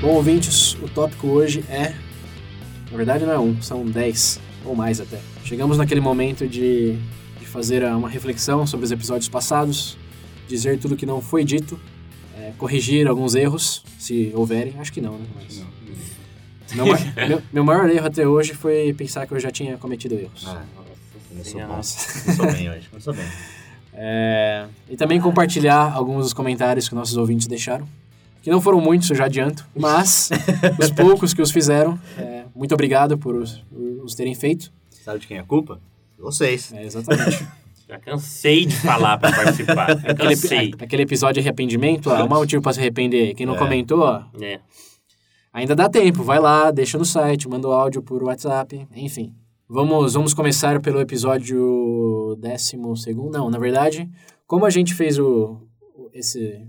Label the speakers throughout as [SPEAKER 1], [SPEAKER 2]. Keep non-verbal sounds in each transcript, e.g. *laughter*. [SPEAKER 1] Bom, ouvintes, o tópico hoje é. Na verdade, não é um, são dez ou mais até. Chegamos naquele momento de, de fazer uma reflexão sobre os episódios passados, dizer tudo que não foi dito, é, corrigir alguns erros, se houverem. Acho que não, né? Mas-
[SPEAKER 2] Não, não.
[SPEAKER 1] Meu, ma- meu- meu maior erro até hoje foi pensar que eu já tinha cometido erros.
[SPEAKER 2] Ah, começou bom.
[SPEAKER 1] Nossa.
[SPEAKER 2] Começou bem hoje, começou bem.
[SPEAKER 1] *laughs* É, e também compartilhar alguns dos comentários que nossos ouvintes deixaram. Que não foram muitos, eu já adianto, mas os poucos que os fizeram, é, muito obrigado por os, por os terem feito.
[SPEAKER 2] Sabe de quem é a culpa? De Vocês.
[SPEAKER 1] É, exatamente.
[SPEAKER 3] Já cansei de falar pra participar.
[SPEAKER 2] *laughs*
[SPEAKER 3] Já
[SPEAKER 1] Aquele,
[SPEAKER 3] cansei.
[SPEAKER 1] aquele episódio de arrependimento, ó, o mau motivo para se arrepender. Quem não
[SPEAKER 2] É.
[SPEAKER 1] comentou, ó,
[SPEAKER 3] É.
[SPEAKER 1] ainda dá tempo, vai lá, deixa no site, manda o áudio por WhatsApp, enfim. Vamos, vamos começar pelo episódio 12. Não, na verdade, como a gente fez o, o- esse,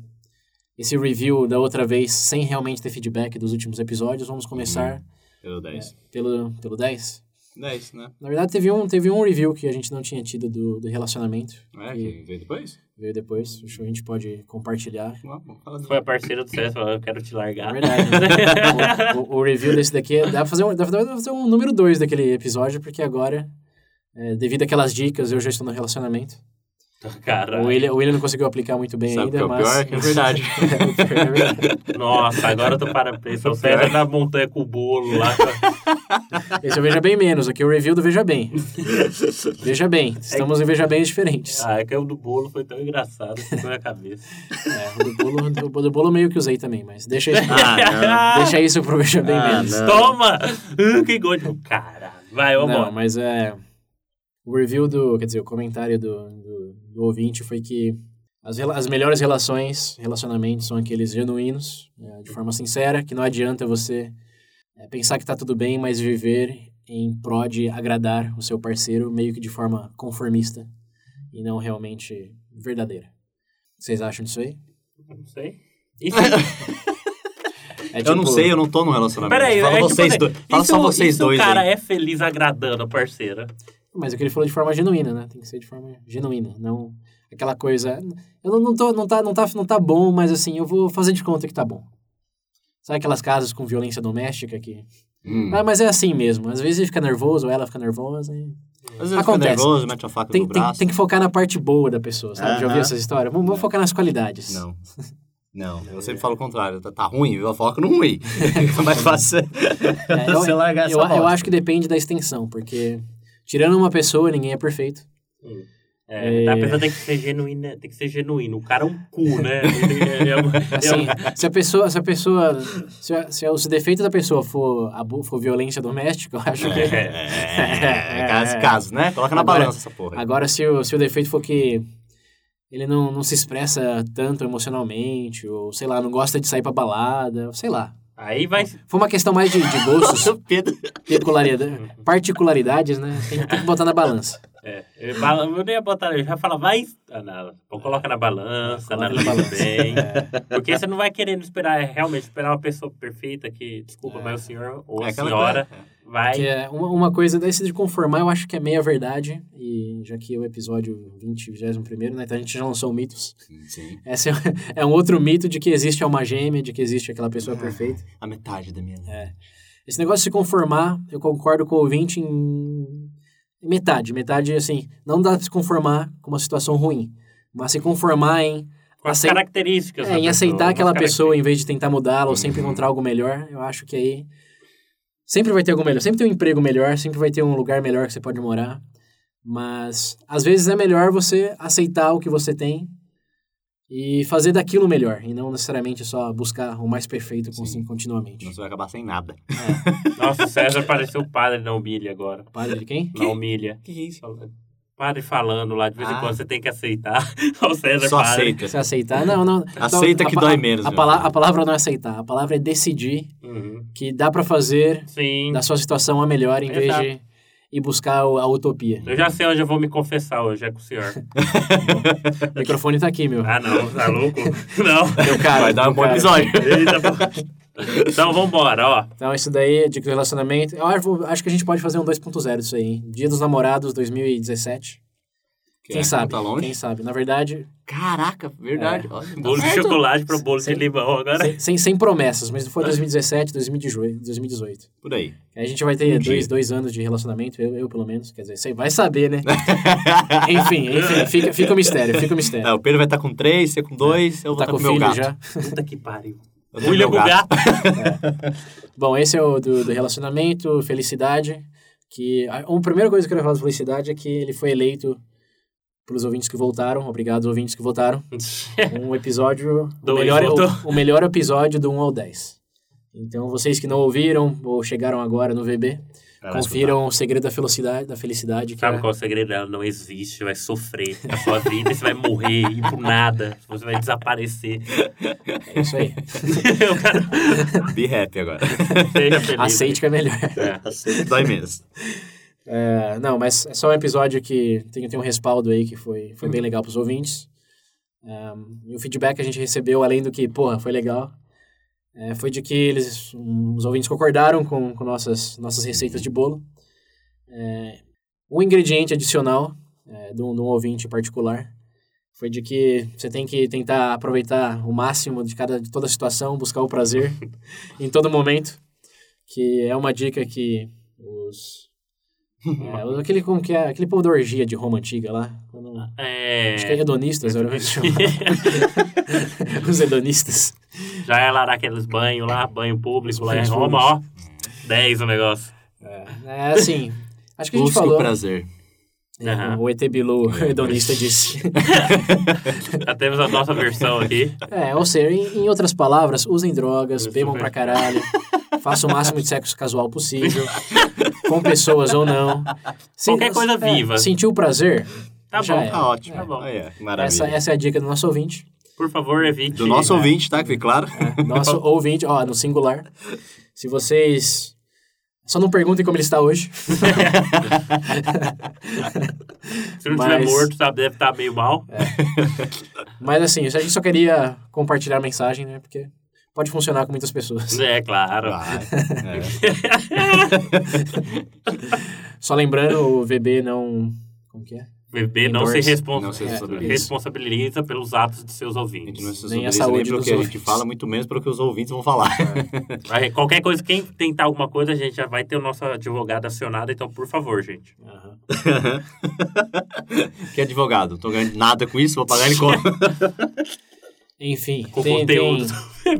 [SPEAKER 1] esse review da outra vez sem realmente ter feedback dos últimos episódios, vamos começar
[SPEAKER 2] Pelo 10.
[SPEAKER 1] pelo, pelo 10.
[SPEAKER 2] 10, né?
[SPEAKER 1] Na verdade, teve um, teve um review que a gente não tinha tido do, do relacionamento.
[SPEAKER 2] É,
[SPEAKER 1] que
[SPEAKER 2] que veio depois?
[SPEAKER 1] veio depois. Acho que a gente pode compartilhar.
[SPEAKER 2] Vamos, fala do...
[SPEAKER 3] Foi a parceira do César falando, eu quero te
[SPEAKER 1] É
[SPEAKER 3] largar.
[SPEAKER 1] verdade.
[SPEAKER 2] *laughs*
[SPEAKER 1] né? o, o- o review desse daqui é- dá pra fazer um, dá pra dá pra fazer um número 2 daquele episódio, porque agora, é, devido àquelas dicas, eu já estou no relacionamento. O
[SPEAKER 3] Caralho.
[SPEAKER 1] William, o William não conseguiu aplicar muito bem
[SPEAKER 2] Sabe o que
[SPEAKER 1] ainda,
[SPEAKER 2] é o
[SPEAKER 1] mas. *laughs*
[SPEAKER 2] pior? É que é verdade.
[SPEAKER 1] É pior, é verdade.
[SPEAKER 3] Nossa, agora eu tô parabéns. O César na montanha com o bolo lá.
[SPEAKER 1] Esse é o Veja Bem menos, aqui é o review do Veja Bem. Veja Bem, estamos em Veja Bens diferentes.
[SPEAKER 3] Ah, é que o do bolo foi tão engraçado que ficou na cabeça.
[SPEAKER 1] É, o do bolo, do, do bolo eu meio que usei também, mas deixa isso,
[SPEAKER 2] Ah,
[SPEAKER 1] *laughs* deixa isso pro Veja Bem
[SPEAKER 2] Ah,
[SPEAKER 1] menos.
[SPEAKER 2] Não.
[SPEAKER 3] *laughs* Toma! Hum, que gosto. Caralho. Vai, vamos
[SPEAKER 1] Não,
[SPEAKER 3] embora.
[SPEAKER 1] mas é. O review do. Quer dizer, o comentário do, do, do ouvinte foi que as, rela- as melhores relações, relacionamentos, são aqueles genuínos, é, de forma sincera, que não adianta você é, pensar que tá tudo bem, mas viver em pró de agradar o seu parceiro, meio que de forma conformista e não realmente verdadeira. Vocês acham disso aí?
[SPEAKER 3] Não sei. Isso,
[SPEAKER 1] É
[SPEAKER 2] Eu não
[SPEAKER 1] tipo-
[SPEAKER 2] sei, eu não tô num relacionamento.
[SPEAKER 3] peraí,
[SPEAKER 2] fala
[SPEAKER 3] é tipo
[SPEAKER 2] vocês
[SPEAKER 3] assim,
[SPEAKER 2] dois. Fala
[SPEAKER 3] isso,
[SPEAKER 2] só vocês
[SPEAKER 3] isso
[SPEAKER 2] dois
[SPEAKER 3] o cara
[SPEAKER 2] aí.
[SPEAKER 3] é feliz agradando a parceira.
[SPEAKER 1] Mas é que ele falou de forma genuína, né? Tem que ser de forma genuína, não aquela coisa. Eu não, não tô, não tá, não tá, não tá bom, mas assim, eu vou fazer de conta que tá bom. Sabe aquelas casas com violência doméstica que.
[SPEAKER 2] Hum.
[SPEAKER 1] Ah, mas é assim mesmo. Às vezes ele fica nervoso, ou ela fica nervosa. e-
[SPEAKER 2] Às vezes fica
[SPEAKER 1] acontece.
[SPEAKER 2] nervoso, mete a faca
[SPEAKER 1] Tem,
[SPEAKER 2] no
[SPEAKER 1] tem,
[SPEAKER 2] braço.
[SPEAKER 1] tem que focar na parte boa da pessoa, sabe? Já ouviu
[SPEAKER 2] Aham.
[SPEAKER 1] essas histórias? Vamos, vamos focar nas qualidades.
[SPEAKER 2] Não. Não, eu sempre falo o contrário. Tá, tá ruim, eu foco no ruim. Fica mais fácil.
[SPEAKER 1] É, eu,
[SPEAKER 2] Você largar essa
[SPEAKER 1] eu, eu
[SPEAKER 2] bosta.
[SPEAKER 1] acho que depende da extensão, porque tirando uma pessoa, ninguém é perfeito.
[SPEAKER 3] É,
[SPEAKER 1] É.
[SPEAKER 3] A pessoa tem que ser genuína, tem que ser genuíno. O cara é um cu, né?
[SPEAKER 2] *laughs*
[SPEAKER 3] É, é uma- é
[SPEAKER 1] Assim,
[SPEAKER 3] uma-
[SPEAKER 1] se a pessoa, se a pessoa, se, a- se, o- se o defeito da pessoa for, abu, for violência doméstica, eu acho que...
[SPEAKER 2] É, é, caso, caso, né? Coloca na
[SPEAKER 1] Agora-
[SPEAKER 2] balança essa porra.
[SPEAKER 1] Agora, se o, se o defeito for que ele não, não se expressa tanto emocionalmente, ou sei lá, não gosta de sair pra balada, sei lá.
[SPEAKER 3] Aí vai.
[SPEAKER 1] Foi uma questão mais de, de gostos,
[SPEAKER 2] *laughs* Nossa, Pedro.
[SPEAKER 1] peculiaridade- particularidades, né? Tem, tem que botar na balança.
[SPEAKER 3] É, eu, falo- eu nem ia botar, eu já falo, vai. Ah, não, pô, coloca na balança,
[SPEAKER 1] Coloca na
[SPEAKER 3] analisa
[SPEAKER 1] balança.
[SPEAKER 3] bem.
[SPEAKER 1] *laughs* É,
[SPEAKER 3] Porque você não vai querendo esperar, é, realmente, esperar uma pessoa perfeita que, desculpa,
[SPEAKER 1] É.
[SPEAKER 3] mas o senhor ou
[SPEAKER 2] É
[SPEAKER 3] a
[SPEAKER 2] aquela
[SPEAKER 3] senhora
[SPEAKER 2] coisa.
[SPEAKER 3] vai.
[SPEAKER 1] que é uma, uma coisa desse de conformar, eu acho que é meia verdade, e já que é o episódio 20, 21, né? Então a gente já lançou mitos.
[SPEAKER 2] Sim.
[SPEAKER 1] Esse é, *laughs* é um outro mito de que existe alma gêmea, de que existe aquela pessoa
[SPEAKER 2] Ah.
[SPEAKER 1] perfeita.
[SPEAKER 2] A metade da minha.
[SPEAKER 1] Esse negócio de se conformar, eu concordo com o ouvinte em em metade. Metade, assim, não dá pra se conformar com uma situação ruim, mas se conformar em,
[SPEAKER 3] Com as
[SPEAKER 1] acei-
[SPEAKER 3] características.
[SPEAKER 1] é,
[SPEAKER 3] da
[SPEAKER 1] em
[SPEAKER 3] pessoa,
[SPEAKER 1] aceitar
[SPEAKER 3] umas
[SPEAKER 1] aquela pessoa
[SPEAKER 3] características.
[SPEAKER 1] em vez de tentar mudá-la ou sempre
[SPEAKER 2] Uhum.
[SPEAKER 1] encontrar algo melhor. Eu acho que aí sempre vai ter algo melhor. Sempre tem um emprego melhor, sempre vai ter um lugar melhor que você pode morar. Mas às vezes é melhor você aceitar o que você tem e fazer daquilo melhor, e não necessariamente só buscar o mais perfeito con-
[SPEAKER 2] Sim.
[SPEAKER 1] continuamente.
[SPEAKER 2] Não você vai acabar sem nada.
[SPEAKER 1] *laughs*
[SPEAKER 3] Nossa, o César pareceu o padre na humilha agora.
[SPEAKER 1] Padre de quem?
[SPEAKER 3] Na humilha.
[SPEAKER 2] Que isso?
[SPEAKER 3] padre falando lá, de vez em
[SPEAKER 2] Ah.
[SPEAKER 3] quando você tem que aceitar. *laughs* Ou seja,
[SPEAKER 2] Só
[SPEAKER 3] padre.
[SPEAKER 2] aceita.
[SPEAKER 1] Se aceitar, não, não.
[SPEAKER 2] Aceita
[SPEAKER 1] Não,
[SPEAKER 2] que
[SPEAKER 1] pa-
[SPEAKER 2] dói menos, né?
[SPEAKER 1] A,
[SPEAKER 2] meu
[SPEAKER 1] pala-
[SPEAKER 2] filho.
[SPEAKER 1] a palavra não é aceitar, a palavra é decidir
[SPEAKER 3] Uhum.
[SPEAKER 1] que dá pra fazer
[SPEAKER 3] Sim.
[SPEAKER 1] da sua situação a melhor em vez
[SPEAKER 3] Exato. É.
[SPEAKER 1] de ir buscar o- a utopia.
[SPEAKER 3] Eu já sei onde eu vou me confessar hoje, é com o senhor.
[SPEAKER 1] O microfone tá aqui, meu.
[SPEAKER 3] Ah, não,
[SPEAKER 1] *laughs*
[SPEAKER 3] tá louco? Não.
[SPEAKER 2] *laughs*
[SPEAKER 1] Meu cara.
[SPEAKER 2] Vai dar
[SPEAKER 1] meu
[SPEAKER 2] um bom
[SPEAKER 1] cara.
[SPEAKER 2] episódio.
[SPEAKER 3] Eita, pô. tá então, vambora, ó.
[SPEAKER 1] Então, isso daí, de relacionamento. Eu acho, acho que a gente pode fazer um 2.0 disso aí, hein? Dia dos Namorados 2017. Quem
[SPEAKER 2] É,
[SPEAKER 1] sabe?
[SPEAKER 2] Tá longe. É.
[SPEAKER 1] Quem sabe? Na verdade,
[SPEAKER 2] Caraca, verdade. Olha,
[SPEAKER 3] Bolo de
[SPEAKER 1] tá certo.
[SPEAKER 3] chocolate pro bolo
[SPEAKER 1] Sim.
[SPEAKER 3] de limão agora.
[SPEAKER 1] sem, sem, sem promessas, mas foi 2017, 2018.
[SPEAKER 2] Por aí.
[SPEAKER 1] Aí a gente vai ter
[SPEAKER 2] Um
[SPEAKER 1] dois,
[SPEAKER 2] dia.
[SPEAKER 1] dois anos de relacionamento, eu, eu pelo menos. Quer dizer, você vai saber,
[SPEAKER 2] *laughs*
[SPEAKER 1] né? enfim, enfim, fica, fica o mistério, fica o mistério.
[SPEAKER 2] Não, É, o Pedro vai estar com três, você com dois, eu vou
[SPEAKER 1] tá
[SPEAKER 2] estar
[SPEAKER 1] com
[SPEAKER 2] com o meu
[SPEAKER 1] filho
[SPEAKER 2] gato.
[SPEAKER 1] já?
[SPEAKER 3] Puta que pariu.
[SPEAKER 2] Eu tô com
[SPEAKER 3] William
[SPEAKER 2] meu
[SPEAKER 3] com gato.
[SPEAKER 1] Bom, esse é o do, do relacionamento, felicidade. Que a, a primeira coisa que eu quero falar da felicidade é que ele foi eleito pelos ouvintes que voltaram. Obrigado, ouvintes que votaram.
[SPEAKER 2] *laughs*
[SPEAKER 1] um episódio. o,
[SPEAKER 3] Do
[SPEAKER 1] melhor,
[SPEAKER 3] Enzo.
[SPEAKER 1] o, o melhor episódio do 1 ao 10. Então, vocês que não ouviram ou chegaram agora no VB,
[SPEAKER 2] Vai lá Tá
[SPEAKER 1] confiram o segredo da felicidade, da felicidade que
[SPEAKER 3] Sabe
[SPEAKER 1] é-
[SPEAKER 3] qual é o segredo dela? Não existe, vai sofrer a sua vida, você vai morrer, ir pro nada, você vai desaparecer.
[SPEAKER 1] é isso
[SPEAKER 2] *laughs*
[SPEAKER 1] aí.
[SPEAKER 3] Eu quero
[SPEAKER 2] escutar. Be happy agora.
[SPEAKER 3] seja feliz.
[SPEAKER 1] Aceite que é melhor.
[SPEAKER 3] É.
[SPEAKER 2] Dói menos.
[SPEAKER 1] É, não, mas é só um episódio que tem, tem um respaldo aí que foi, foi bem legal pros ouvintes. Um, e o feedback que a gente recebeu, além do que, porra, foi legal, é, foi de que eles, um, os ouvintes concordaram com, com nossas, nossas receitas de bolo. É, um ingrediente adicional é, de, um, de um ouvinte particular foi de que você tem que tentar aproveitar o máximo de, cada, de toda a situação, buscar o prazer em todo momento, que é uma dica que os, é, aquele, como que é? Aquele povo da orgia de Roma antiga lá. Quando-
[SPEAKER 3] É,
[SPEAKER 1] Acho que é hedonistas, era o que eles chamavam. *laughs* Os hedonistas.
[SPEAKER 3] Já é lá naqueles banhos lá, banho público lá em
[SPEAKER 1] Os
[SPEAKER 3] Roma, ó. 10 o negócio.
[SPEAKER 1] É assim, acho que a gente
[SPEAKER 2] Busca o
[SPEAKER 1] falou.
[SPEAKER 2] prazer.
[SPEAKER 1] É,
[SPEAKER 3] Aham. É,
[SPEAKER 1] O ET Bilu, o hedonista, disse.
[SPEAKER 3] Já temos a nossa versão aqui.
[SPEAKER 1] É, ou seja, em, em outras palavras, usem drogas,
[SPEAKER 3] Isso
[SPEAKER 1] bebam
[SPEAKER 3] mesmo.
[SPEAKER 1] pra caralho, façam o máximo de sexo casual possível, com pessoas ou não. Se-
[SPEAKER 3] Qualquer coisa viva.
[SPEAKER 1] Sentiu o prazer?
[SPEAKER 3] Tá
[SPEAKER 1] Já
[SPEAKER 3] bom.
[SPEAKER 1] é.
[SPEAKER 2] Tá ótimo.
[SPEAKER 3] Tá bom.
[SPEAKER 2] Olha, que
[SPEAKER 1] Essa,
[SPEAKER 2] maravilha.
[SPEAKER 1] essa é a dica do nosso ouvinte.
[SPEAKER 3] Por favor, evite.
[SPEAKER 2] Do nosso ouvinte, tá? Que fique claro.
[SPEAKER 1] *laughs* Nosso ouvinte, ó, no singular. Se vocês. Só não perguntem como ele está hoje.
[SPEAKER 3] Se não tiver
[SPEAKER 1] mas-
[SPEAKER 3] morto, sabe, deve estar meio mal.
[SPEAKER 1] É. Mas assim, a gente só queria compartilhar a mensagem, né? Porque pode funcionar com muitas pessoas.
[SPEAKER 3] É,
[SPEAKER 1] *laughs*
[SPEAKER 3] claro.
[SPEAKER 2] Vai. É.
[SPEAKER 1] Só lembrando, o VB não. Como que é?
[SPEAKER 3] O bebê não se,
[SPEAKER 1] Endorse.
[SPEAKER 2] É.
[SPEAKER 3] responsa...
[SPEAKER 2] Não se
[SPEAKER 1] É,
[SPEAKER 2] responsabiliza.
[SPEAKER 3] responsabiliza pelos atos de seus
[SPEAKER 2] A gente
[SPEAKER 3] ouvintes.
[SPEAKER 2] não se
[SPEAKER 1] Nem a
[SPEAKER 2] responsabiliza nem
[SPEAKER 1] saúde
[SPEAKER 2] pelo
[SPEAKER 1] dos
[SPEAKER 2] que a gente
[SPEAKER 1] ouvintes.
[SPEAKER 2] fala, muito menos pelo que os ouvintes vão falar. *laughs*
[SPEAKER 3] Aí, qualquer coisa, quem tentar alguma coisa, a gente já vai ter o nosso advogado acionado, então, por favor, gente. *laughs*
[SPEAKER 1] Aham.
[SPEAKER 2] que advogado, não tô ganhando nada com isso, vou pagar
[SPEAKER 1] *laughs*
[SPEAKER 2] ele como.
[SPEAKER 1] Enfim,
[SPEAKER 3] Com
[SPEAKER 1] tem, tem,
[SPEAKER 3] conteúdo do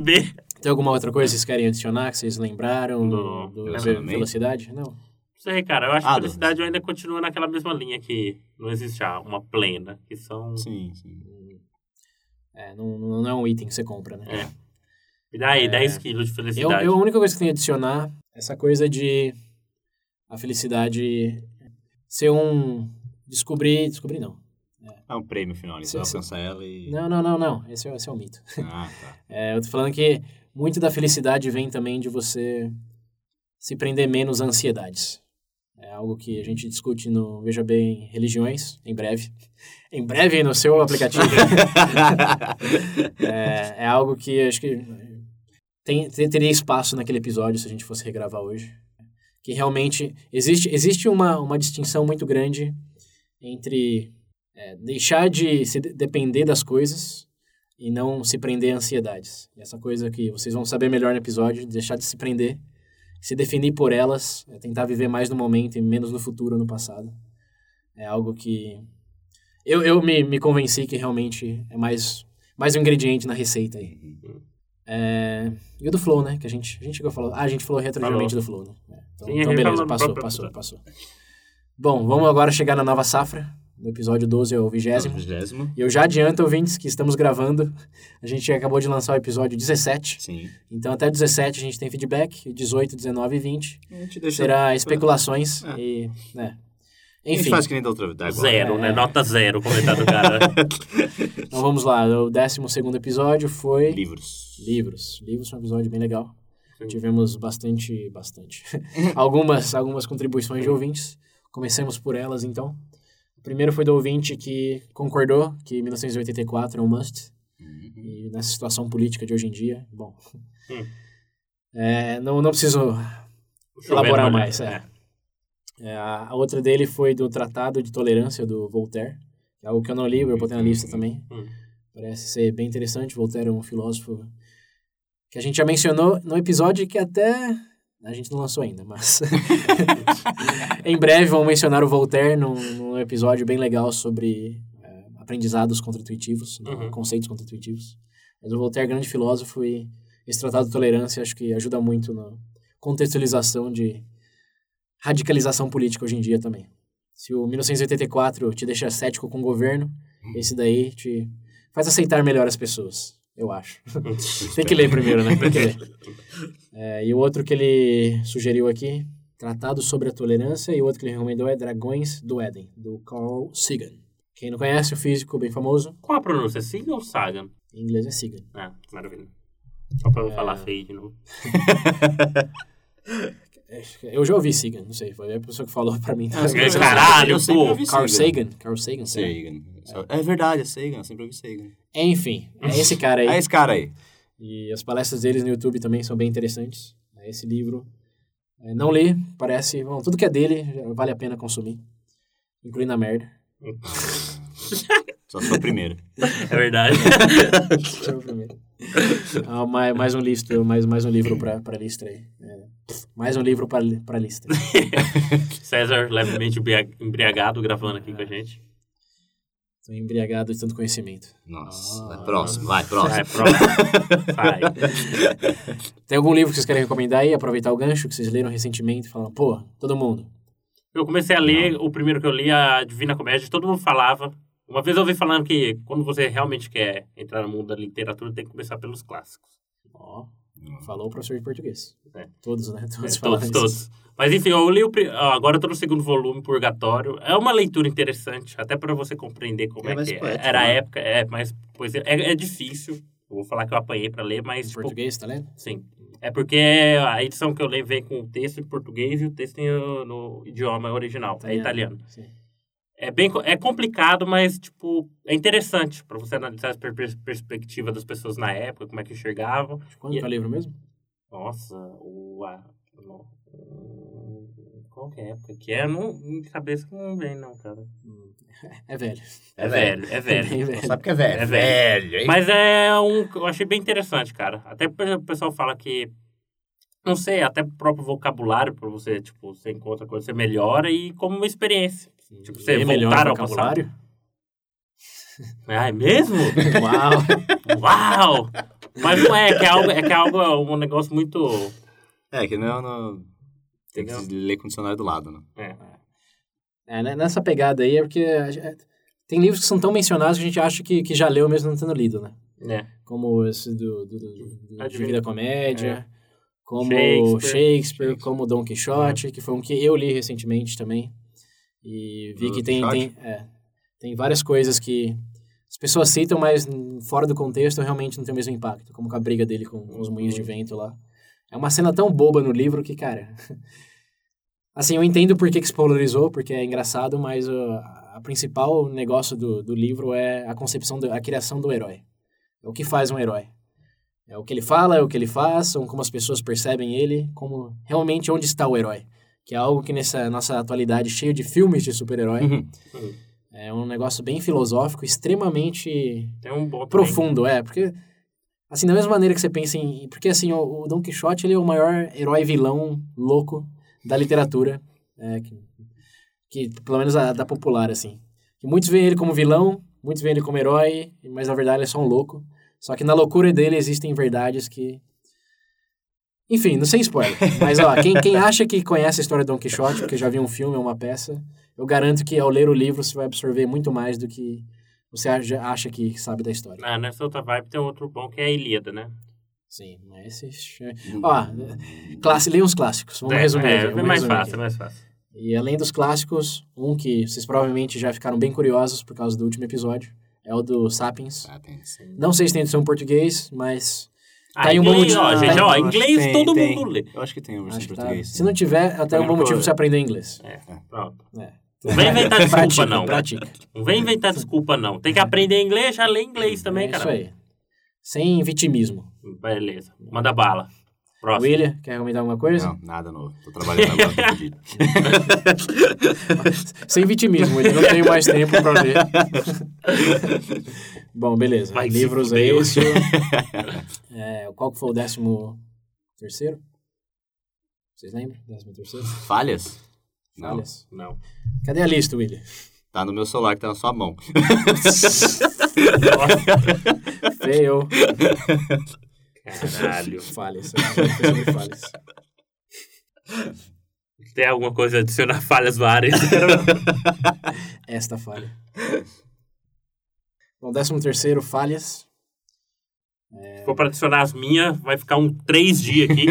[SPEAKER 3] bebê.
[SPEAKER 1] tem alguma outra coisa que vocês querem adicionar, que vocês lembraram
[SPEAKER 3] Do-
[SPEAKER 1] do
[SPEAKER 2] relacionamento?
[SPEAKER 1] velocidade? Não.
[SPEAKER 3] Não sei, cara, eu acho
[SPEAKER 2] Ah,
[SPEAKER 3] que a felicidade ainda continua naquela mesma linha que não existe ah, uma plena, que são...
[SPEAKER 2] sim, sim.
[SPEAKER 1] É, não, não não é um item que você compra, né?
[SPEAKER 3] É. Me dá aí
[SPEAKER 1] É.
[SPEAKER 3] 10 quilos de
[SPEAKER 1] Eu,
[SPEAKER 3] felicidade.
[SPEAKER 1] eu, a única coisa que tenho a adicionar é essa coisa de a felicidade ser um. Descobrir. Descobrir não.
[SPEAKER 2] É um prêmio final, ele
[SPEAKER 1] Sim,
[SPEAKER 2] vai
[SPEAKER 1] sim.
[SPEAKER 2] alcançar ela e.
[SPEAKER 1] Não, não, não, não. Esse é, esse é um mito.
[SPEAKER 2] Ah, tá.
[SPEAKER 1] É, eu tô falando que muito da felicidade vem também de você se prender menos a ansiedades. É algo que a gente discute no Veja Bem Religiões, em breve. Em breve no seu aplicativo. é, é algo que acho que tem, ter- teria espaço naquele episódio se a gente fosse regravar hoje. Que realmente existe, existe uma, uma distinção muito grande entre é, deixar de se de- depender das coisas e não se prender a ansiedades. E essa coisa que vocês vão saber melhor no episódio, deixar de se prender, se definir por elas, é tentar viver mais no momento e menos no futuro, no passado. É algo que eu, eu me, me convenci que realmente é mais, mais um ingrediente na receita aí. É, e o do Flow, né? Que a gente, a gente chegou a falar. Ah, a gente falou retroativamente do Flow, né? É, Então,
[SPEAKER 3] Sim, a gente
[SPEAKER 1] então beleza,
[SPEAKER 3] falou no
[SPEAKER 1] passou,
[SPEAKER 3] próprio
[SPEAKER 1] passou, passou. Bom, vamos agora chegar na nova safra. No episódio 12 ao 20.
[SPEAKER 2] *laughs* Tá. Vigésimo.
[SPEAKER 1] E eu já adianto, ouvintes, que estamos gravando. A gente acabou de lançar o episódio 17.
[SPEAKER 2] Sim.
[SPEAKER 1] Então, até o 17 a gente tem feedback. e 18, 19 e 20
[SPEAKER 2] A gente deixa-
[SPEAKER 1] será especulações.
[SPEAKER 2] É.
[SPEAKER 1] E, né,
[SPEAKER 2] A gente
[SPEAKER 1] Enfim,
[SPEAKER 2] faz que nem da outra vez. da agora.
[SPEAKER 3] Zero,
[SPEAKER 1] É.
[SPEAKER 3] né? Nota zero, comentário do
[SPEAKER 2] *laughs*
[SPEAKER 3] cara.
[SPEAKER 1] então vamos lá. O 12 episódio foi.
[SPEAKER 2] Livros.
[SPEAKER 1] Livros. Livros foi um episódio bem legal.
[SPEAKER 3] Sim.
[SPEAKER 1] Tivemos bastante, bastante. *laughs* algumas, algumas contribuições de ouvintes. Comecemos por elas, então. O primeiro foi do ouvinte que concordou que 1984 é um must. E nessa situação política de hoje em dia, bom.
[SPEAKER 3] Hum.
[SPEAKER 1] É, não, não preciso elaborar mais. É. É, a a outra dele foi do Tratado de Tolerância do Voltaire, que é algo que eu não li, eu botei na lista também.
[SPEAKER 3] Hum.
[SPEAKER 1] Parece ser bem interessante. Voltaire é um filósofo que a gente já mencionou no episódio que até a gente não lançou ainda,
[SPEAKER 3] *laughs*
[SPEAKER 1] mas em breve vamos mencionar o Voltaire num, num episódio bem legal sobre é, aprendizados contraintuitivos, não,
[SPEAKER 3] Uhum.
[SPEAKER 1] conceitos contraintuitivos. Mas o Voltaire é grande filósofo e esse tratado de tolerância acho que ajuda muito na contextualização de radicalização política hoje em dia também. Se o 1984 te deixa cético com o governo, esse daí te faz aceitar melhor as pessoas, eu acho. Tem que ler primeiro, né? Tem que ler. É, e o outro que ele sugeriu aqui, Tratado sobre a Tolerância, e o outro que ele recomendou é Dragões do Éden, do Carl Sagan. Quem não conhece, o físico bem famoso,
[SPEAKER 3] Qual a pronúncia? Siga ou Sagan?
[SPEAKER 1] em inglês é Sagan.
[SPEAKER 3] Ah, maravilha. Só pra eu
[SPEAKER 1] É.
[SPEAKER 3] não falar feio de novo.
[SPEAKER 1] Eu já ouvi Sagan, não sei, foi a pessoa que falou pra mim. *laughs*
[SPEAKER 2] Ah,
[SPEAKER 1] também.
[SPEAKER 2] eu-
[SPEAKER 3] Caralho,
[SPEAKER 2] eu sempre
[SPEAKER 3] pô.
[SPEAKER 2] ouvi
[SPEAKER 1] Carl
[SPEAKER 2] Sagan.
[SPEAKER 1] Sagan, Carl Sagan, será?
[SPEAKER 2] Sagan. É verdade, é Sagan. Eu sempre ouvi Sagan.
[SPEAKER 1] Enfim, é esse cara aí.
[SPEAKER 2] É esse cara aí.
[SPEAKER 1] E as palestras deles no YouTube também são bem interessantes. né? Esse livro, é, não lê, parece... Bom, tudo que é dele já vale a pena consumir, incluindo a merda. *laughs*
[SPEAKER 2] Só sou o primeiro.
[SPEAKER 3] É verdade. *laughs*
[SPEAKER 1] Deixa eu ver primeiro. Ah, mais, mais um listo, mais, mais um livro pra, pra lista aí. É, mais um livro pra, li- pra lista.
[SPEAKER 3] César, levemente embria- embriagado, gravando aqui com a gente.
[SPEAKER 1] Tô embriagado de tanto conhecimento.
[SPEAKER 2] Nossa.
[SPEAKER 1] Ah.
[SPEAKER 2] vai, próximo, vai,
[SPEAKER 3] Sai,
[SPEAKER 2] próximo. *laughs*
[SPEAKER 3] pronto. é Sai.
[SPEAKER 1] Tem algum livro que vocês querem recomendar aí, aproveitar o gancho que vocês leram recentemente, falando, pô, todo mundo.
[SPEAKER 3] Eu comecei a ler, o primeiro que eu li, a Divina Comédia, todo mundo falava. Uma vez eu ouvi falando que quando você realmente quer entrar no mundo da literatura, tem que começar pelos clássicos.
[SPEAKER 1] Ó, falou o professor de português.
[SPEAKER 3] É.
[SPEAKER 1] Todos, né? *laughs*
[SPEAKER 3] É,
[SPEAKER 1] Todos falaram
[SPEAKER 3] todos,
[SPEAKER 1] isso.
[SPEAKER 3] todos. Mas enfim, eu li o. pri- ah, Agora eu tô no segundo volume, Purgatório. É uma leitura interessante, até para você compreender como
[SPEAKER 2] É
[SPEAKER 3] é,
[SPEAKER 2] mais
[SPEAKER 3] que é.
[SPEAKER 2] poético,
[SPEAKER 3] era a
[SPEAKER 2] né?
[SPEAKER 3] época, é mais. Pois é, é, é difícil. Eu vou falar que eu apanhei para ler, mas.
[SPEAKER 1] Em
[SPEAKER 3] Tipo,
[SPEAKER 1] português, tá lendo?
[SPEAKER 3] sim. É porque a edição que eu leio vem com o texto em português e o texto em, no, idioma original, é italiano.
[SPEAKER 1] Sim.
[SPEAKER 3] É bem co- é complicado, mas tipo, é interessante para você analisar as per per- perspectiva das pessoas na época, como é que enxergavam.
[SPEAKER 1] De Quando que é o livro mesmo?
[SPEAKER 3] Nossa, o. A, no- qual que é a época que é? Não, de cabeça que não vem, não, cara.
[SPEAKER 1] É velho. *laughs*
[SPEAKER 3] É velho, é velho.
[SPEAKER 1] Bem velho.
[SPEAKER 2] Sabe que é velho.
[SPEAKER 3] É velho.
[SPEAKER 2] hein?
[SPEAKER 3] Mas é um. Eu achei bem interessante, cara. Até porque o pessoal fala que. Não sei, até o próprio vocabulário, pra você, tipo, você encontra coisa, você melhora e como uma experiência. Tipo, você
[SPEAKER 1] Lê
[SPEAKER 3] voltar
[SPEAKER 1] o
[SPEAKER 3] ao
[SPEAKER 1] vocabulário?
[SPEAKER 3] Ah,
[SPEAKER 1] *laughs*
[SPEAKER 3] é mesmo?
[SPEAKER 1] Uau!
[SPEAKER 3] Uau! Mas não é, é que é algo, é que é algo, é um negócio muito.
[SPEAKER 2] É, que não, não... Tem que ler com o dicionário do lado, né?
[SPEAKER 3] É.
[SPEAKER 1] É, né, nessa pegada aí é porque a gen- é, tem livros que são tão mencionados que a gente acha que, que já leu mesmo não tendo lido, né?
[SPEAKER 3] É.
[SPEAKER 1] Como esse do, do, do, do
[SPEAKER 3] Ah, de É.
[SPEAKER 1] Divina Comédia, como Shakespeare,
[SPEAKER 3] Shakespeare.
[SPEAKER 1] como Dom Quixote, que foi um que eu li recentemente também. E vi
[SPEAKER 2] Dom
[SPEAKER 1] que tem,
[SPEAKER 2] Quixote?
[SPEAKER 1] tem, é, tem várias coisas que as pessoas citam, mas hum, fora do contexto realmente não tem o mesmo impacto, como com a briga dele com, com os moinhos de vento lá. É uma cena tão boba no livro que, cara. *laughs* Assim, eu entendo por que, que se polarizou, porque é engraçado, mas o a principal negócio do, do livro é a concepção, do, a criação do herói. É o que faz um herói. É o que ele fala, é o que ele faz, são como as pessoas percebem ele, como realmente onde está o herói. Que é algo que nessa nossa atualidade cheio de filmes de super-herói
[SPEAKER 2] Uhum.
[SPEAKER 3] Hum,
[SPEAKER 1] é um negócio bem filosófico, extremamente
[SPEAKER 3] Tem um bom. também.
[SPEAKER 1] profundo, é, porque assim, da mesma maneira que você pensa em, porque assim, o, o Don Quixote, ele é o maior herói vilão louco da literatura, é, que, que pelo menos a, da popular assim. Que muitos veem ele como vilão, muitos veem ele como herói, mas na verdade ele é só um louco. Só que na loucura dele existem verdades que enfim, não sei
[SPEAKER 3] *laughs*
[SPEAKER 1] spoiler, mas ó, quem, quem acha que conhece a história do Don Quixote, porque já viu um filme ou uma peça, eu garanto que ao ler o livro você vai absorver muito mais do que você aja- acha que sabe da história.
[SPEAKER 3] Ah, nessa outra vibe tem outro bom que é a Ilíada, né?
[SPEAKER 1] Sim,
[SPEAKER 2] Ah,
[SPEAKER 1] mas esse. Ó, classe, leia uns clássicos. Vamos resumir.
[SPEAKER 3] É,
[SPEAKER 1] aqui,
[SPEAKER 3] é
[SPEAKER 1] vamos
[SPEAKER 3] mais
[SPEAKER 1] resumir
[SPEAKER 3] fácil, é
[SPEAKER 1] aqui.
[SPEAKER 3] mais fácil.
[SPEAKER 1] E além dos clássicos, um que vocês provavelmente já ficaram bem curiosos por causa do último episódio, é o do Sapiens.
[SPEAKER 2] Ah, tem sim.
[SPEAKER 1] Não sei se tem edição em português, mas
[SPEAKER 3] Ah,
[SPEAKER 1] Tá aí um bom
[SPEAKER 3] inglês, ó,
[SPEAKER 1] motivo.
[SPEAKER 3] gente,
[SPEAKER 1] Tá
[SPEAKER 3] ó,
[SPEAKER 2] Eu acho
[SPEAKER 3] inglês
[SPEAKER 2] que tem-
[SPEAKER 3] todo
[SPEAKER 2] tem.
[SPEAKER 3] mundo lê.
[SPEAKER 2] Eu acho que tem a versão
[SPEAKER 1] acho
[SPEAKER 2] em
[SPEAKER 1] que tá-
[SPEAKER 2] português.
[SPEAKER 1] Se não tiver, até é um bom
[SPEAKER 2] Olha,
[SPEAKER 1] motivo
[SPEAKER 2] pô,
[SPEAKER 1] pra você aprender inglês.
[SPEAKER 3] É, pronto.
[SPEAKER 1] É.
[SPEAKER 3] Não vem inventar desculpa,
[SPEAKER 1] Pratica,
[SPEAKER 3] não.
[SPEAKER 1] Pratica.
[SPEAKER 3] Não vem inventar desculpa, não. Tem que aprender inglês, já lê inglês também,
[SPEAKER 1] é
[SPEAKER 3] cara.
[SPEAKER 1] isso aí. Sem vitimismo.
[SPEAKER 3] Beleza. Manda bala. Próximo.
[SPEAKER 1] William, quer recomendar alguma coisa?
[SPEAKER 2] Não, nada novo. Tô trabalhando agora. tô fudido.
[SPEAKER 1] *laughs* Sem vitimismo, ele não tem mais tempo pra
[SPEAKER 2] *laughs*
[SPEAKER 1] ler. Bom, beleza.
[SPEAKER 3] Vai se
[SPEAKER 1] Livros é
[SPEAKER 3] fuder.
[SPEAKER 1] isso.
[SPEAKER 3] *laughs*
[SPEAKER 1] É, qual que foi o décimo terceiro? Vocês lembram? Décimo terceiro?
[SPEAKER 2] Falhas? Não.
[SPEAKER 1] Falhas.
[SPEAKER 3] Não.
[SPEAKER 1] Cadê a lista, William?
[SPEAKER 2] Tá no meu celular que tá na sua mão.
[SPEAKER 1] Fail.
[SPEAKER 3] Caralho.
[SPEAKER 1] Falhas. eu não sei sobre falhas.
[SPEAKER 3] Tem alguma coisa a adicionar *laughs* falhas várias? Era-
[SPEAKER 1] Esta falha. Bom, décimo terceiro, falhas.
[SPEAKER 3] Ficou pra adicionar as minhas, vai ficar um três dias aqui.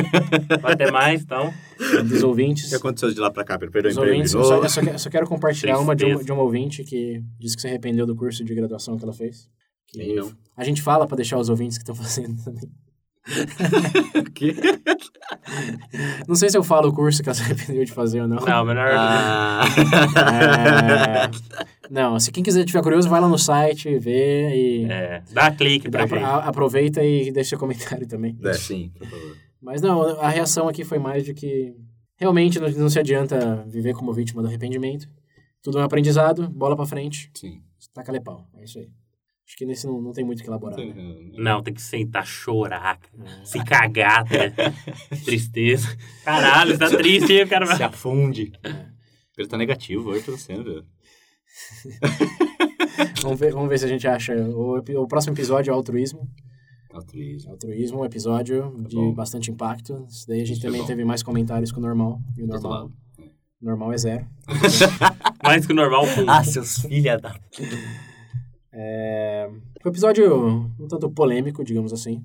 [SPEAKER 3] Vai ter mais, então.
[SPEAKER 1] Dos ouvintes.
[SPEAKER 2] O *laughs* que aconteceu de lá pra cá? Ele Perdeu o
[SPEAKER 1] Os
[SPEAKER 2] emprego
[SPEAKER 1] ouvintes,
[SPEAKER 2] de
[SPEAKER 1] eu, só,
[SPEAKER 2] novo?
[SPEAKER 1] eu só que- eu só quero compartilhar uma de, uma
[SPEAKER 3] Tristeza.
[SPEAKER 1] de uma ouvinte que disse que se arrependeu do curso de graduação que ela fez. Que
[SPEAKER 2] Quem não?
[SPEAKER 1] A gente fala pra deixar os ouvintes que estão fazendo *laughs* também.
[SPEAKER 2] Que?
[SPEAKER 1] Não sei se eu falo o curso que ela se arrependeu de fazer ou não.
[SPEAKER 3] Não, melhor.
[SPEAKER 2] Ah.
[SPEAKER 1] É, Não, se quem quiser tiver curioso, vai lá no site, vê e
[SPEAKER 3] É, dá clique pra
[SPEAKER 1] apro-
[SPEAKER 3] gente.
[SPEAKER 1] a- aproveita e deixa seu comentário também.
[SPEAKER 2] *laughs* É, sim, por favor.
[SPEAKER 1] Mas não, a reação aqui foi mais de que realmente não, não se adianta viver como vítima do arrependimento. Tudo é um aprendizado, bola pra frente.
[SPEAKER 2] Sim.
[SPEAKER 1] Taca pau. É isso aí. Acho que nesse não, não tem muito o que elaborar. né?
[SPEAKER 3] Não, tem que sentar, chorar, cara. se cagar, *laughs* né? Tristeza. Caralho, tá triste, hein, o *laughs* cara?
[SPEAKER 2] Se afunde. Ele tá negativo hoje, tô sendo, velho.
[SPEAKER 1] Vamos, ver, vamos ver se a gente acha. O, epi- o próximo episódio é altruísmo.
[SPEAKER 2] Tá Altruísmo.
[SPEAKER 1] Altruísmo, um episódio de
[SPEAKER 2] Tá bom.
[SPEAKER 1] bastante impacto. Isso daí a gente
[SPEAKER 2] Isso é
[SPEAKER 1] também
[SPEAKER 2] bom. Então tá
[SPEAKER 1] teve mais comentários que o normal. E o
[SPEAKER 2] Outro
[SPEAKER 1] normal,
[SPEAKER 2] lado.
[SPEAKER 1] normal é zero.
[SPEAKER 3] Mais que o normal. pum.
[SPEAKER 2] seus filha da...
[SPEAKER 1] Foi um episódio um tanto polêmico, digamos assim.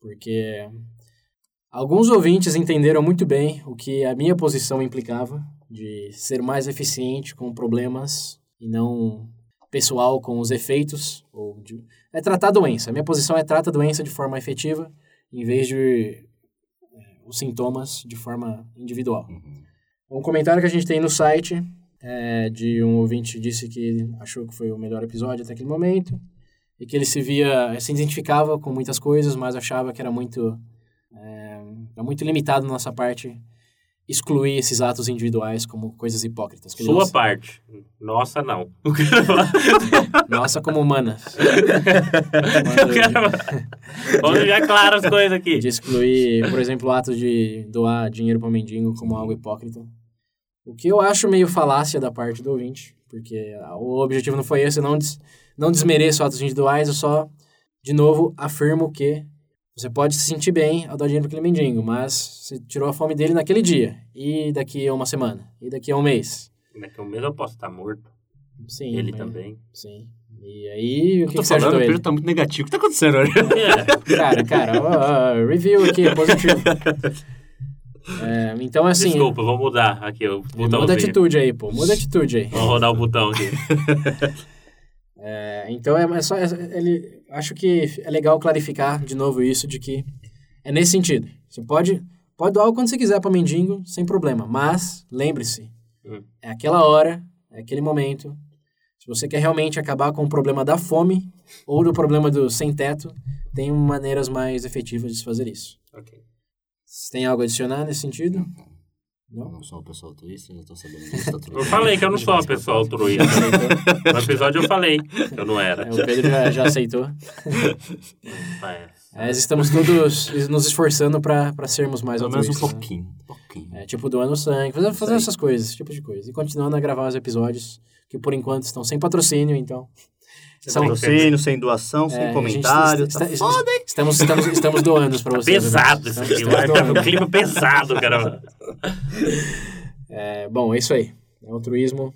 [SPEAKER 1] Porque alguns ouvintes entenderam muito bem o que a minha posição implicava de ser mais eficiente com problemas e não pessoal com os efeitos ou de- é tratar a doença. A minha posição é trata a doença de forma efetiva em vez de eh, os sintomas de forma individual.
[SPEAKER 2] Uhum.
[SPEAKER 1] Um comentário que a gente tem no site é, de um ouvinte que disse que achou que foi o melhor episódio até aquele momento e que ele se via, eh, se identificava com muitas coisas, mas achava que era muito, é, era muito limitado na nossa parte excluir esses atos individuais como coisas hipócritas. Que ele
[SPEAKER 3] Sua
[SPEAKER 1] lança-
[SPEAKER 3] parte. Nossa, não. O
[SPEAKER 1] Nossa, como
[SPEAKER 3] *laughs*
[SPEAKER 1] humanas.
[SPEAKER 3] cara... Vamos deixar claras as coisas *laughs* aqui.
[SPEAKER 1] de excluir, por exemplo, o ato de doar dinheiro para mendigo como algo hipócrita. O que eu acho meio falácia da parte do ouvinte, porque ah, o objetivo não foi esse, eu não, des, não desmereço atos individuais, eu só, de novo, afirmo que você pode se sentir bem ao dar dinheiro para aquele mendigo, mas você tirou a fome dele naquele dia, e daqui a uma semana, e daqui a um mês.
[SPEAKER 3] Daqui a um mês eu posso estar morto.
[SPEAKER 1] Sim,
[SPEAKER 3] Ele
[SPEAKER 1] mas-
[SPEAKER 3] *laughs* também.
[SPEAKER 1] Sim. E aí, o
[SPEAKER 2] Eu
[SPEAKER 1] que,
[SPEAKER 2] tô
[SPEAKER 1] que você ajudou
[SPEAKER 2] falando, o
[SPEAKER 1] ele?
[SPEAKER 2] Pedro tá muito negativo. O que tá acontecendo hoje?
[SPEAKER 3] É,
[SPEAKER 1] Cara, cara, ó, ó, review aqui,
[SPEAKER 2] *laughs*
[SPEAKER 1] positivo. É, então, assim,
[SPEAKER 3] Desculpa, vou mudar aqui o botãozinho.
[SPEAKER 1] muda a atitude aí, pô, muda a atitude aí.
[SPEAKER 3] Vamos rodar o botão aqui.
[SPEAKER 1] É, então, é, é só, é- ele, acho que é legal clarificar de novo isso, de que é nesse sentido. Você pode, pode doar quando você quiser pra mendigo, sem problema, mas lembre-se,
[SPEAKER 3] Hum.
[SPEAKER 1] é aquela hora, é aquele momento. Se você quer realmente acabar com o problema da fome ou do problema do sem teto, tem maneiras mais efetivas de se fazer isso.
[SPEAKER 3] *laughs* Ok.
[SPEAKER 1] Vocês têm algo a adicionar nesse sentido?
[SPEAKER 2] Eu não sou uma pessoa altruísta, já tô sabendo disso. Tá tudo
[SPEAKER 3] Eu
[SPEAKER 2] bem.
[SPEAKER 3] falei que eu não sou uma pessoa altruísta. né? No episódio eu falei que eu não era.
[SPEAKER 1] É, o Pedro já, já aceitou.
[SPEAKER 3] Mas-
[SPEAKER 1] Mas É, estamos todos *laughs* es- nos esforçando para sermos mais
[SPEAKER 2] Pelo menos um
[SPEAKER 1] altruístas, né?
[SPEAKER 2] pouquinho. Um pouquinho.
[SPEAKER 1] É, tipo doando sangue, fazendo, fazendo
[SPEAKER 2] aí.
[SPEAKER 1] essas coisas, esse tipo de coisa. E continuando a gravar os episódios, que por enquanto estão sem patrocínio, então.
[SPEAKER 2] Sem patrocínio, sem doação,
[SPEAKER 1] é,
[SPEAKER 2] sem
[SPEAKER 1] a
[SPEAKER 2] comentário.
[SPEAKER 1] gente
[SPEAKER 2] Tá
[SPEAKER 1] está- está-
[SPEAKER 2] foda, hein? Tá
[SPEAKER 1] Estamos, estamos, estamos doando para vocês.
[SPEAKER 3] Pesado
[SPEAKER 1] ouvintes.
[SPEAKER 3] isso
[SPEAKER 1] Estamos-
[SPEAKER 3] aqui.
[SPEAKER 1] estamos
[SPEAKER 3] Vai tá
[SPEAKER 1] doando.
[SPEAKER 3] um clima pesado, cara.
[SPEAKER 1] É, bom, é isso aí. É altruísmo.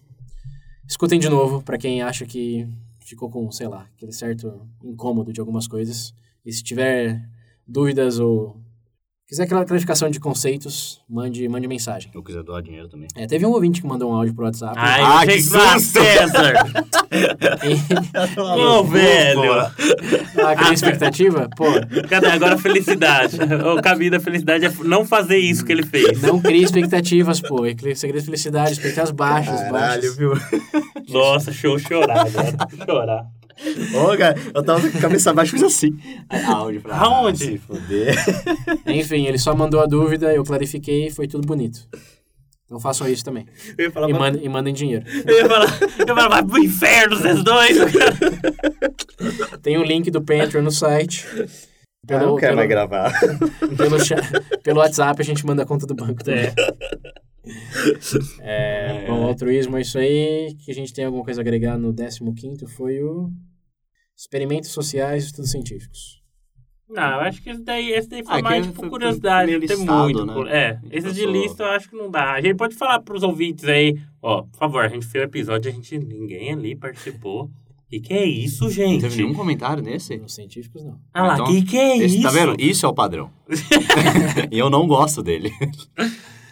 [SPEAKER 1] Escutem de novo, pra quem acha que ficou com, sei lá, aquele certo incômodo de algumas coisas. E se tiver dúvidas ou quiser aquela clarificação de conceitos, mande, mande mensagem.
[SPEAKER 2] Se eu quiser doar dinheiro também.
[SPEAKER 1] É, teve um ouvinte que mandou um áudio pro WhatsApp. *laughs*
[SPEAKER 3] Ai,
[SPEAKER 2] Ah,
[SPEAKER 3] eu achei
[SPEAKER 2] que
[SPEAKER 3] que foi a
[SPEAKER 2] susto!
[SPEAKER 3] César! Ô, velho!
[SPEAKER 1] Ah, aquela expectativa? Pô,
[SPEAKER 3] Cadê? Agora a felicidade. O caminho da felicidade é não fazer isso que ele fez.
[SPEAKER 1] não crie expectativas, pô. E crie- Segredo de felicidade, expectativas baixas,
[SPEAKER 2] Caralho,
[SPEAKER 1] baixas.
[SPEAKER 2] viu?
[SPEAKER 3] Nossa, show chorar agora. Chorar.
[SPEAKER 2] Ô, cara, eu tava com a cabeça baixa, fiz assim. Aí, Aonde? pra-
[SPEAKER 3] Aonde?
[SPEAKER 2] Ah, se Fuder.
[SPEAKER 1] Enfim, ele só mandou a dúvida, eu clarifiquei e foi tudo bonito. Então façam isso também.
[SPEAKER 3] Eu ia falar,
[SPEAKER 1] E,
[SPEAKER 3] mas-
[SPEAKER 1] mandem- e mandem dinheiro.
[SPEAKER 3] eu ia falar, eu ia falar, vai pro inferno vocês dois!
[SPEAKER 1] Tem o link do Patreon no site.
[SPEAKER 2] Eu não quero
[SPEAKER 1] pelo,
[SPEAKER 2] mais gravar.
[SPEAKER 1] pelo, cha- pelo WhatsApp a gente manda a conta do banco também.
[SPEAKER 3] É.
[SPEAKER 1] É, bom, altruísmo é isso aí. Que a gente tem alguma coisa a agregar no 15 foi o Experimentos Sociais e Estudos Científicos.
[SPEAKER 3] Não, Tá, eu acho que esse daí, esse daí foi
[SPEAKER 2] Uhum. Ah,
[SPEAKER 3] mais
[SPEAKER 2] que
[SPEAKER 3] tipo
[SPEAKER 2] foi
[SPEAKER 3] curiosidade,
[SPEAKER 2] meio
[SPEAKER 3] não tem
[SPEAKER 2] listado,
[SPEAKER 3] muito.
[SPEAKER 2] né?
[SPEAKER 3] por- É,
[SPEAKER 2] gente
[SPEAKER 3] esse de
[SPEAKER 2] passou.
[SPEAKER 3] lista eu acho que não dá. A gente pode falar pros ouvintes aí, ó, por favor, a gente fez o episódio, a gente, ninguém ali participou. E que é isso, gente?
[SPEAKER 2] comentário nesse?
[SPEAKER 1] Os científicos não.
[SPEAKER 3] Ah lá,
[SPEAKER 2] Então,
[SPEAKER 3] que que é
[SPEAKER 2] Esse,
[SPEAKER 3] isso?
[SPEAKER 2] tá vendo? Isso é o padrão. e eu não gosto dele.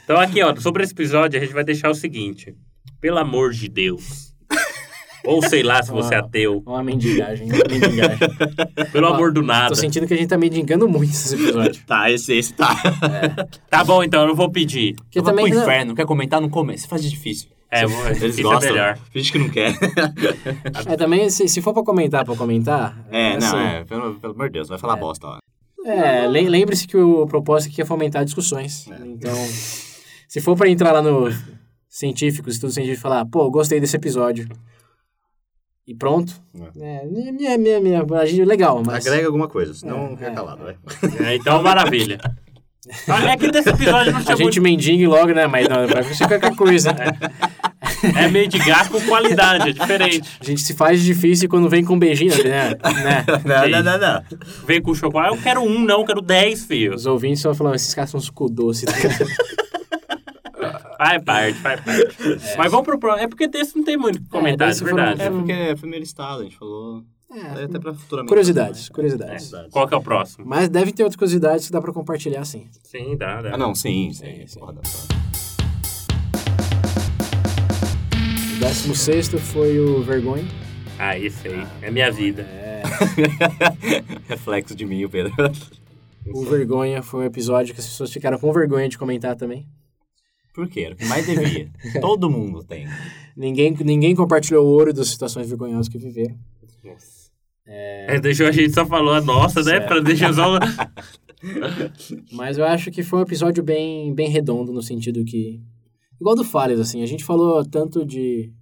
[SPEAKER 3] Então aqui, ó, sobre esse episódio, a gente vai deixar o seguinte. Pelo amor de Deus. Ou sei lá se você é
[SPEAKER 1] Ah.
[SPEAKER 3] ateu.
[SPEAKER 1] Olha a mendigagem,
[SPEAKER 2] *laughs*
[SPEAKER 1] olha a mendigagem.
[SPEAKER 3] Pelo amor do
[SPEAKER 1] Tô
[SPEAKER 3] nada.
[SPEAKER 1] sentindo que a gente tá mendigando muito esse episódio.
[SPEAKER 2] Tá, esse, esse tá.
[SPEAKER 3] Tá bom, então, eu não vou pedir.
[SPEAKER 1] Porque também
[SPEAKER 2] pro
[SPEAKER 1] não-
[SPEAKER 2] inferno, não quer comentar, não come. Você faz de difícil.
[SPEAKER 3] É, vou,
[SPEAKER 2] Eles
[SPEAKER 3] isso é
[SPEAKER 2] gostam.
[SPEAKER 3] melhor.
[SPEAKER 2] Finge que não *laughs* quer.
[SPEAKER 1] É, também, se, se for pra comentar, pra comentar...
[SPEAKER 2] É, não,
[SPEAKER 1] assim,
[SPEAKER 2] é. Pelo, pelo amor de Deus, vai falar bosta, ó.
[SPEAKER 1] É, lem- lembre-se que o propósito aqui é fomentar discussões. Então, se for pra entrar lá no científicos, estudo científico e falar, pô, gostei desse episódio. E pronto. É, minha, minha, minha, minha, legal, mas...
[SPEAKER 2] Agrega alguma coisa, senão
[SPEAKER 1] É,
[SPEAKER 2] fica
[SPEAKER 1] é.
[SPEAKER 2] calado, *laughs* vai.
[SPEAKER 3] É, Então, maravilha.
[SPEAKER 2] *laughs*
[SPEAKER 3] Olha, é que desse episódio não
[SPEAKER 1] A
[SPEAKER 3] tinha
[SPEAKER 1] gente mendigue logo, né? Mas não, vai ser qualquer coisa.
[SPEAKER 3] muito... É mendigar com qualidade, é diferente.
[SPEAKER 1] A gente se faz difícil quando vem com beijinho, né? né?
[SPEAKER 2] Não,
[SPEAKER 3] não,
[SPEAKER 2] não, não.
[SPEAKER 3] Vem com chocolate, eu quero um, não, eu quero dez, filhos.
[SPEAKER 1] Os ouvintes só falam, esses caras são uns cu doce. tá ligado?
[SPEAKER 3] Faz parte, faz parte. Mas vamos pro próximo. É porque desse não tem muito comentário,
[SPEAKER 1] desse
[SPEAKER 3] é
[SPEAKER 1] foi-
[SPEAKER 3] verdade.
[SPEAKER 2] É porque foi meio listado, a gente falou. É, até pra futuramente.
[SPEAKER 1] curiosidades, curiosidades.
[SPEAKER 2] Curiosidades.
[SPEAKER 3] Qual que é o próximo?
[SPEAKER 1] Mas deve ter outras curiosidades que dá pra compartilhar, sim.
[SPEAKER 3] Sim, dá, dá.
[SPEAKER 2] Ah, não, sim, sim.
[SPEAKER 1] Sim, sim.
[SPEAKER 2] Porra, dá
[SPEAKER 1] O 16 foi o Vergonha.
[SPEAKER 3] Ah, isso aí. É minha vida.
[SPEAKER 2] pra- *laughs* Reflexo de mim, o Pedro. *laughs*
[SPEAKER 1] O Vergonha foi um episódio que as pessoas ficaram com vergonha de comentar também.
[SPEAKER 2] Por quê? Era o que mais devia. Todo mundo tem.
[SPEAKER 1] Ninguém, ninguém compartilhou o ouro das situações vergonhosas que viveram.
[SPEAKER 3] Nossa. É, *laughs* deixou a gente só falou a nossa, né? Pra deixar só.
[SPEAKER 1] Mas eu acho que foi um episódio bem, bem redondo, no sentido que. Igual do Falhas, assim, a gente falou tanto de.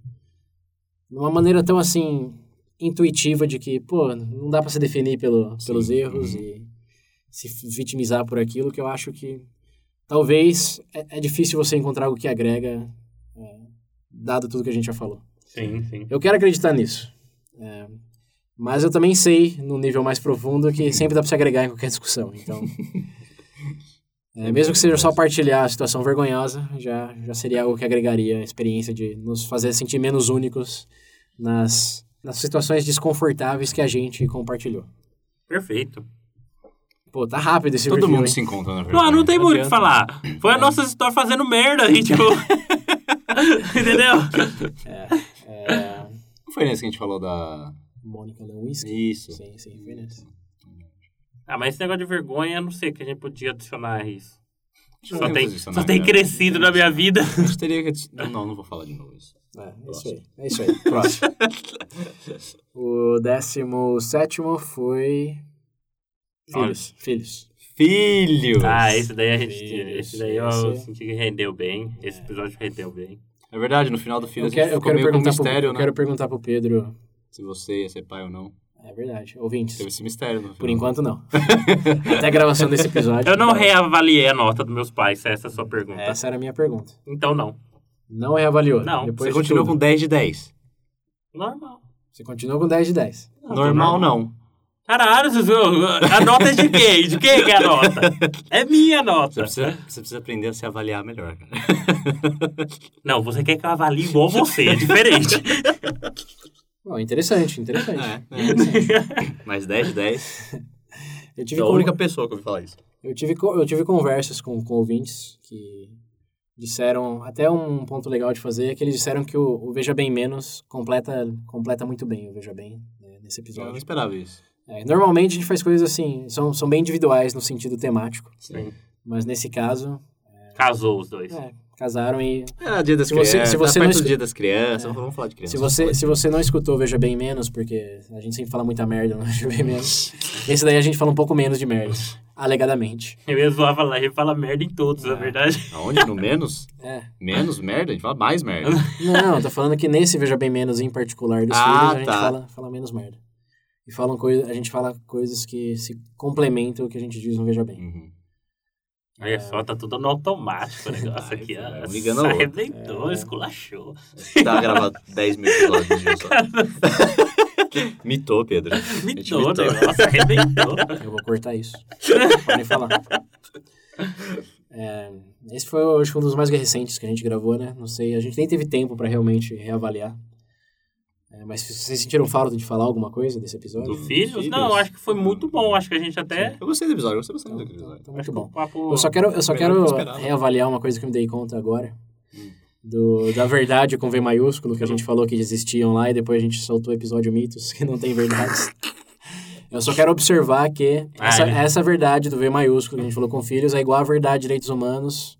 [SPEAKER 1] De uma maneira tão assim. intuitiva de que, pô, não dá pra se definir pelo, pelos erros e se vitimizar por aquilo, que eu acho que talvez é, é difícil você encontrar algo que agrega, é, dado tudo que a gente já falou.
[SPEAKER 3] Sim, sim.
[SPEAKER 1] Eu quero acreditar nisso. É, mas eu também sei, num nível mais profundo, que sempre dá pra se agregar em qualquer discussão.
[SPEAKER 2] *laughs*
[SPEAKER 1] Então. é, mesmo que seja só partilhar a situação vergonhosa, já, já seria algo que agregaria a experiência de nos fazer sentir menos únicos nas, nas situações desconfortáveis que a gente compartilhou.
[SPEAKER 3] Perfeito.
[SPEAKER 1] Pô, tá rápido esse
[SPEAKER 2] Todo
[SPEAKER 1] review,
[SPEAKER 2] mundo
[SPEAKER 1] hein?
[SPEAKER 2] se encontra na verdade.
[SPEAKER 3] Não, não tem muito o que
[SPEAKER 2] adianta.
[SPEAKER 3] falar. Foi a nossa história fazendo merda aí, tipo. *laughs* Entendeu?
[SPEAKER 1] É,
[SPEAKER 2] Não foi nesse que a gente falou da.
[SPEAKER 1] Mônica Lewinsky.
[SPEAKER 2] Isso.
[SPEAKER 1] Sim, sim, foi nessa.
[SPEAKER 3] Ah, mas esse negócio de vergonha, eu não sei o que a gente podia adicionar a isso.
[SPEAKER 2] Acho que
[SPEAKER 3] Só
[SPEAKER 2] não
[SPEAKER 3] tem,
[SPEAKER 2] vou posicionar,
[SPEAKER 3] só tem
[SPEAKER 2] cara.
[SPEAKER 3] crescido na minha vida.
[SPEAKER 2] A gente teria que. adic- Não, não vou falar de novo isso.
[SPEAKER 1] É, é isso aí. É isso aí.
[SPEAKER 2] *laughs*
[SPEAKER 1] Próximo. o décimo sétimo foi. Filhos. Filhos.
[SPEAKER 2] Filhos!
[SPEAKER 3] Ah, esse daí a gente.
[SPEAKER 1] Isso,
[SPEAKER 3] Esse daí eu
[SPEAKER 1] esse.
[SPEAKER 3] senti que rendeu bem. Esse episódio rendeu bem.
[SPEAKER 2] É verdade, no final do filho
[SPEAKER 1] Eu
[SPEAKER 2] a gente
[SPEAKER 1] quero, eu
[SPEAKER 2] ficou
[SPEAKER 1] quero
[SPEAKER 2] meio com
[SPEAKER 1] perguntar pro,
[SPEAKER 2] mistério,
[SPEAKER 1] eu
[SPEAKER 2] né?
[SPEAKER 1] quero perguntar pro Pedro.
[SPEAKER 2] Se você ia ser pai ou não.
[SPEAKER 1] É verdade. Ouvintes.
[SPEAKER 2] Teve um esse mistério no final.
[SPEAKER 1] Por
[SPEAKER 2] *laughs*
[SPEAKER 1] enquanto, não. Até a gravação desse episódio.
[SPEAKER 3] Eu não reavaliei a nota dos meus pais, se essa é a sua pergunta.
[SPEAKER 1] Essa era a minha pergunta.
[SPEAKER 3] Então não.
[SPEAKER 1] Não reavaliou.
[SPEAKER 3] Não,
[SPEAKER 1] Depois
[SPEAKER 2] Você
[SPEAKER 1] de
[SPEAKER 2] continuou
[SPEAKER 1] tudo.
[SPEAKER 2] com 10 de 10.
[SPEAKER 3] Normal.
[SPEAKER 1] Você continuou com 10 de 10.
[SPEAKER 3] Ah, tô
[SPEAKER 2] normal, não.
[SPEAKER 3] Caralho, Zuzu, a nota é de quem? De quem que é a nota?
[SPEAKER 2] *laughs*
[SPEAKER 3] É minha
[SPEAKER 2] Então Você
[SPEAKER 3] nota.
[SPEAKER 2] precisa, você precisa aprender a se avaliar melhor, cara.
[SPEAKER 3] Não, você quer que eu avalie igual você, é diferente.
[SPEAKER 1] Bom, interessante,
[SPEAKER 3] é.
[SPEAKER 1] interessante.
[SPEAKER 3] *laughs*
[SPEAKER 2] É, é. Mas 10 de 10.
[SPEAKER 1] Eu tive
[SPEAKER 2] Você é a
[SPEAKER 1] como-
[SPEAKER 3] Então,
[SPEAKER 2] única pessoa que ouviu falar isso.
[SPEAKER 1] Eu tive, co- eu tive conversas com, com ouvintes que disseram, até um ponto legal de fazer, é que eles disseram que o, o Veja Bem Menos completa, completa muito bem o Veja Bem né, nesse
[SPEAKER 2] Eu não
[SPEAKER 1] episódio.
[SPEAKER 2] esperava isso.
[SPEAKER 1] É, normalmente a gente faz coisas assim, são, são bem individuais no sentido temático,
[SPEAKER 3] Sim.
[SPEAKER 1] mas nesse caso,
[SPEAKER 3] *laughs* Casou os dois.
[SPEAKER 1] é, casaram e
[SPEAKER 2] Era dia das
[SPEAKER 1] Se você-
[SPEAKER 2] crianças,
[SPEAKER 1] se você
[SPEAKER 2] tá
[SPEAKER 1] não
[SPEAKER 2] perto do
[SPEAKER 1] escu-
[SPEAKER 2] dia das crianças, vamos falar de
[SPEAKER 1] Se
[SPEAKER 2] crianças.
[SPEAKER 1] você, se você não escutou Veja Bem Menos, porque a gente sempre fala muita merda no Veja Bem Menos, esse daí a gente fala um pouco menos de merda, alegadamente.
[SPEAKER 3] Eu ia zoava lá e fala merda em todos, na
[SPEAKER 1] É.
[SPEAKER 3] verdade.
[SPEAKER 2] Aonde? No menos?
[SPEAKER 1] É.
[SPEAKER 2] Menos merda? A gente fala mais merda.
[SPEAKER 1] Não, eu tô falando que nesse Veja Bem Menos em particular desse
[SPEAKER 2] Ah,
[SPEAKER 1] vídeo, a gente
[SPEAKER 2] tá.
[SPEAKER 1] fala, fala menos merda. E falam coisa, a gente fala coisas que se complementam o que a gente diz no Veja Bem.
[SPEAKER 2] Uhum.
[SPEAKER 3] Olha só, tá tudo no automático o negócio aqui.
[SPEAKER 2] Ai,
[SPEAKER 3] ó.
[SPEAKER 2] um ligando ao outro.
[SPEAKER 3] Arrebentou,
[SPEAKER 1] É.
[SPEAKER 3] esculachou.
[SPEAKER 2] Tava Tá, gravado 10 mil episódios disso.
[SPEAKER 1] *laughs*
[SPEAKER 2] Mitou, Pedro.
[SPEAKER 3] Mitou o negócio, né? arrebentou. *laughs*
[SPEAKER 1] Eu vou cortar isso. Podem falar. É, esse foi, eu acho, um dos mais recentes que a gente gravou, né? Não sei, a gente nem teve tempo pra realmente reavaliar. É, mas vocês sentiram falta de falar alguma coisa desse episódio?
[SPEAKER 3] Do
[SPEAKER 2] Hum,
[SPEAKER 3] Filhos? Não,
[SPEAKER 2] filhos.
[SPEAKER 3] acho que foi muito bom. Acho que a gente até.
[SPEAKER 2] Eu gostei do episódio, eu gostei bastante
[SPEAKER 1] Então,
[SPEAKER 2] daquele episódio.
[SPEAKER 1] então, muito
[SPEAKER 3] acho que o
[SPEAKER 1] bom.
[SPEAKER 3] papo-
[SPEAKER 1] Eu só quero, eu só
[SPEAKER 2] tipo,
[SPEAKER 1] quero
[SPEAKER 2] melhor do que eu esperava. Hum.
[SPEAKER 1] reavaliar uma coisa que eu me dei conta agora. Do, da verdade com V maiúsculo, que a gente falou que existiam lá e depois a gente soltou o episódio mitos, *laughs* que não tem verdades. Eu só quero observar que
[SPEAKER 3] Ah,
[SPEAKER 1] essa,
[SPEAKER 3] é.
[SPEAKER 1] essa verdade do V maiúsculo que a gente falou com filhos é igual à verdade de direitos humanos,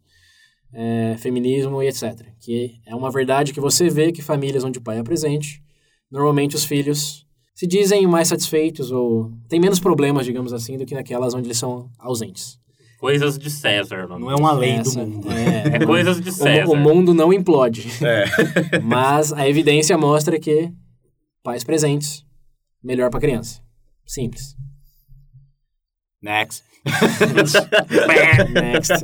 [SPEAKER 1] é, feminismo e etc. Que é uma verdade que você vê que famílias onde o pai é presente, normalmente os filhos se dizem mais satisfeitos ou têm menos problemas, digamos assim, do que naquelas onde eles são ausentes.
[SPEAKER 3] Coisas de César, não.
[SPEAKER 2] Não é uma lei
[SPEAKER 1] Essa-
[SPEAKER 2] do mundo.
[SPEAKER 1] É,
[SPEAKER 3] É coisas de César.
[SPEAKER 1] o, o mundo não implode.
[SPEAKER 2] *laughs* É.
[SPEAKER 1] *laughs* Mas a evidência mostra que pais presentes, melhor pra criança. Simples.
[SPEAKER 2] *laughs* Next.
[SPEAKER 1] Next.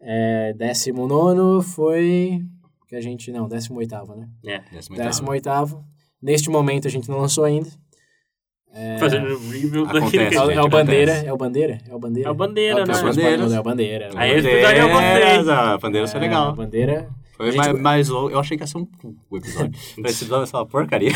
[SPEAKER 1] é, décimo nono foi... Que a gente... Não, décimo oitavo, né?
[SPEAKER 3] É,
[SPEAKER 2] Décimo
[SPEAKER 1] Décimo oitavo. Neste momento a gente não lançou ainda.
[SPEAKER 3] fazendo review
[SPEAKER 2] Acontece,
[SPEAKER 3] daquele que
[SPEAKER 1] É
[SPEAKER 3] a
[SPEAKER 1] o,
[SPEAKER 2] gente.
[SPEAKER 1] é o Bandeira. É o Bandeira? É o
[SPEAKER 3] É
[SPEAKER 1] Bandeira?
[SPEAKER 3] o Bandeira,
[SPEAKER 1] Ah,
[SPEAKER 3] né?
[SPEAKER 1] tá,
[SPEAKER 2] É o
[SPEAKER 1] mas
[SPEAKER 2] Bandeira.
[SPEAKER 1] pode- É o Bandeira.
[SPEAKER 3] Aí esse episódio eu gostei.
[SPEAKER 2] A bandeira foi
[SPEAKER 1] É, o
[SPEAKER 2] legal.
[SPEAKER 1] Bandeira... A
[SPEAKER 2] Foi
[SPEAKER 1] gente-
[SPEAKER 2] mais, mais longo. Eu achei que ia ser um cu o
[SPEAKER 3] *laughs*
[SPEAKER 2] episódio. Então, esse episódio vai ser uma porcaria.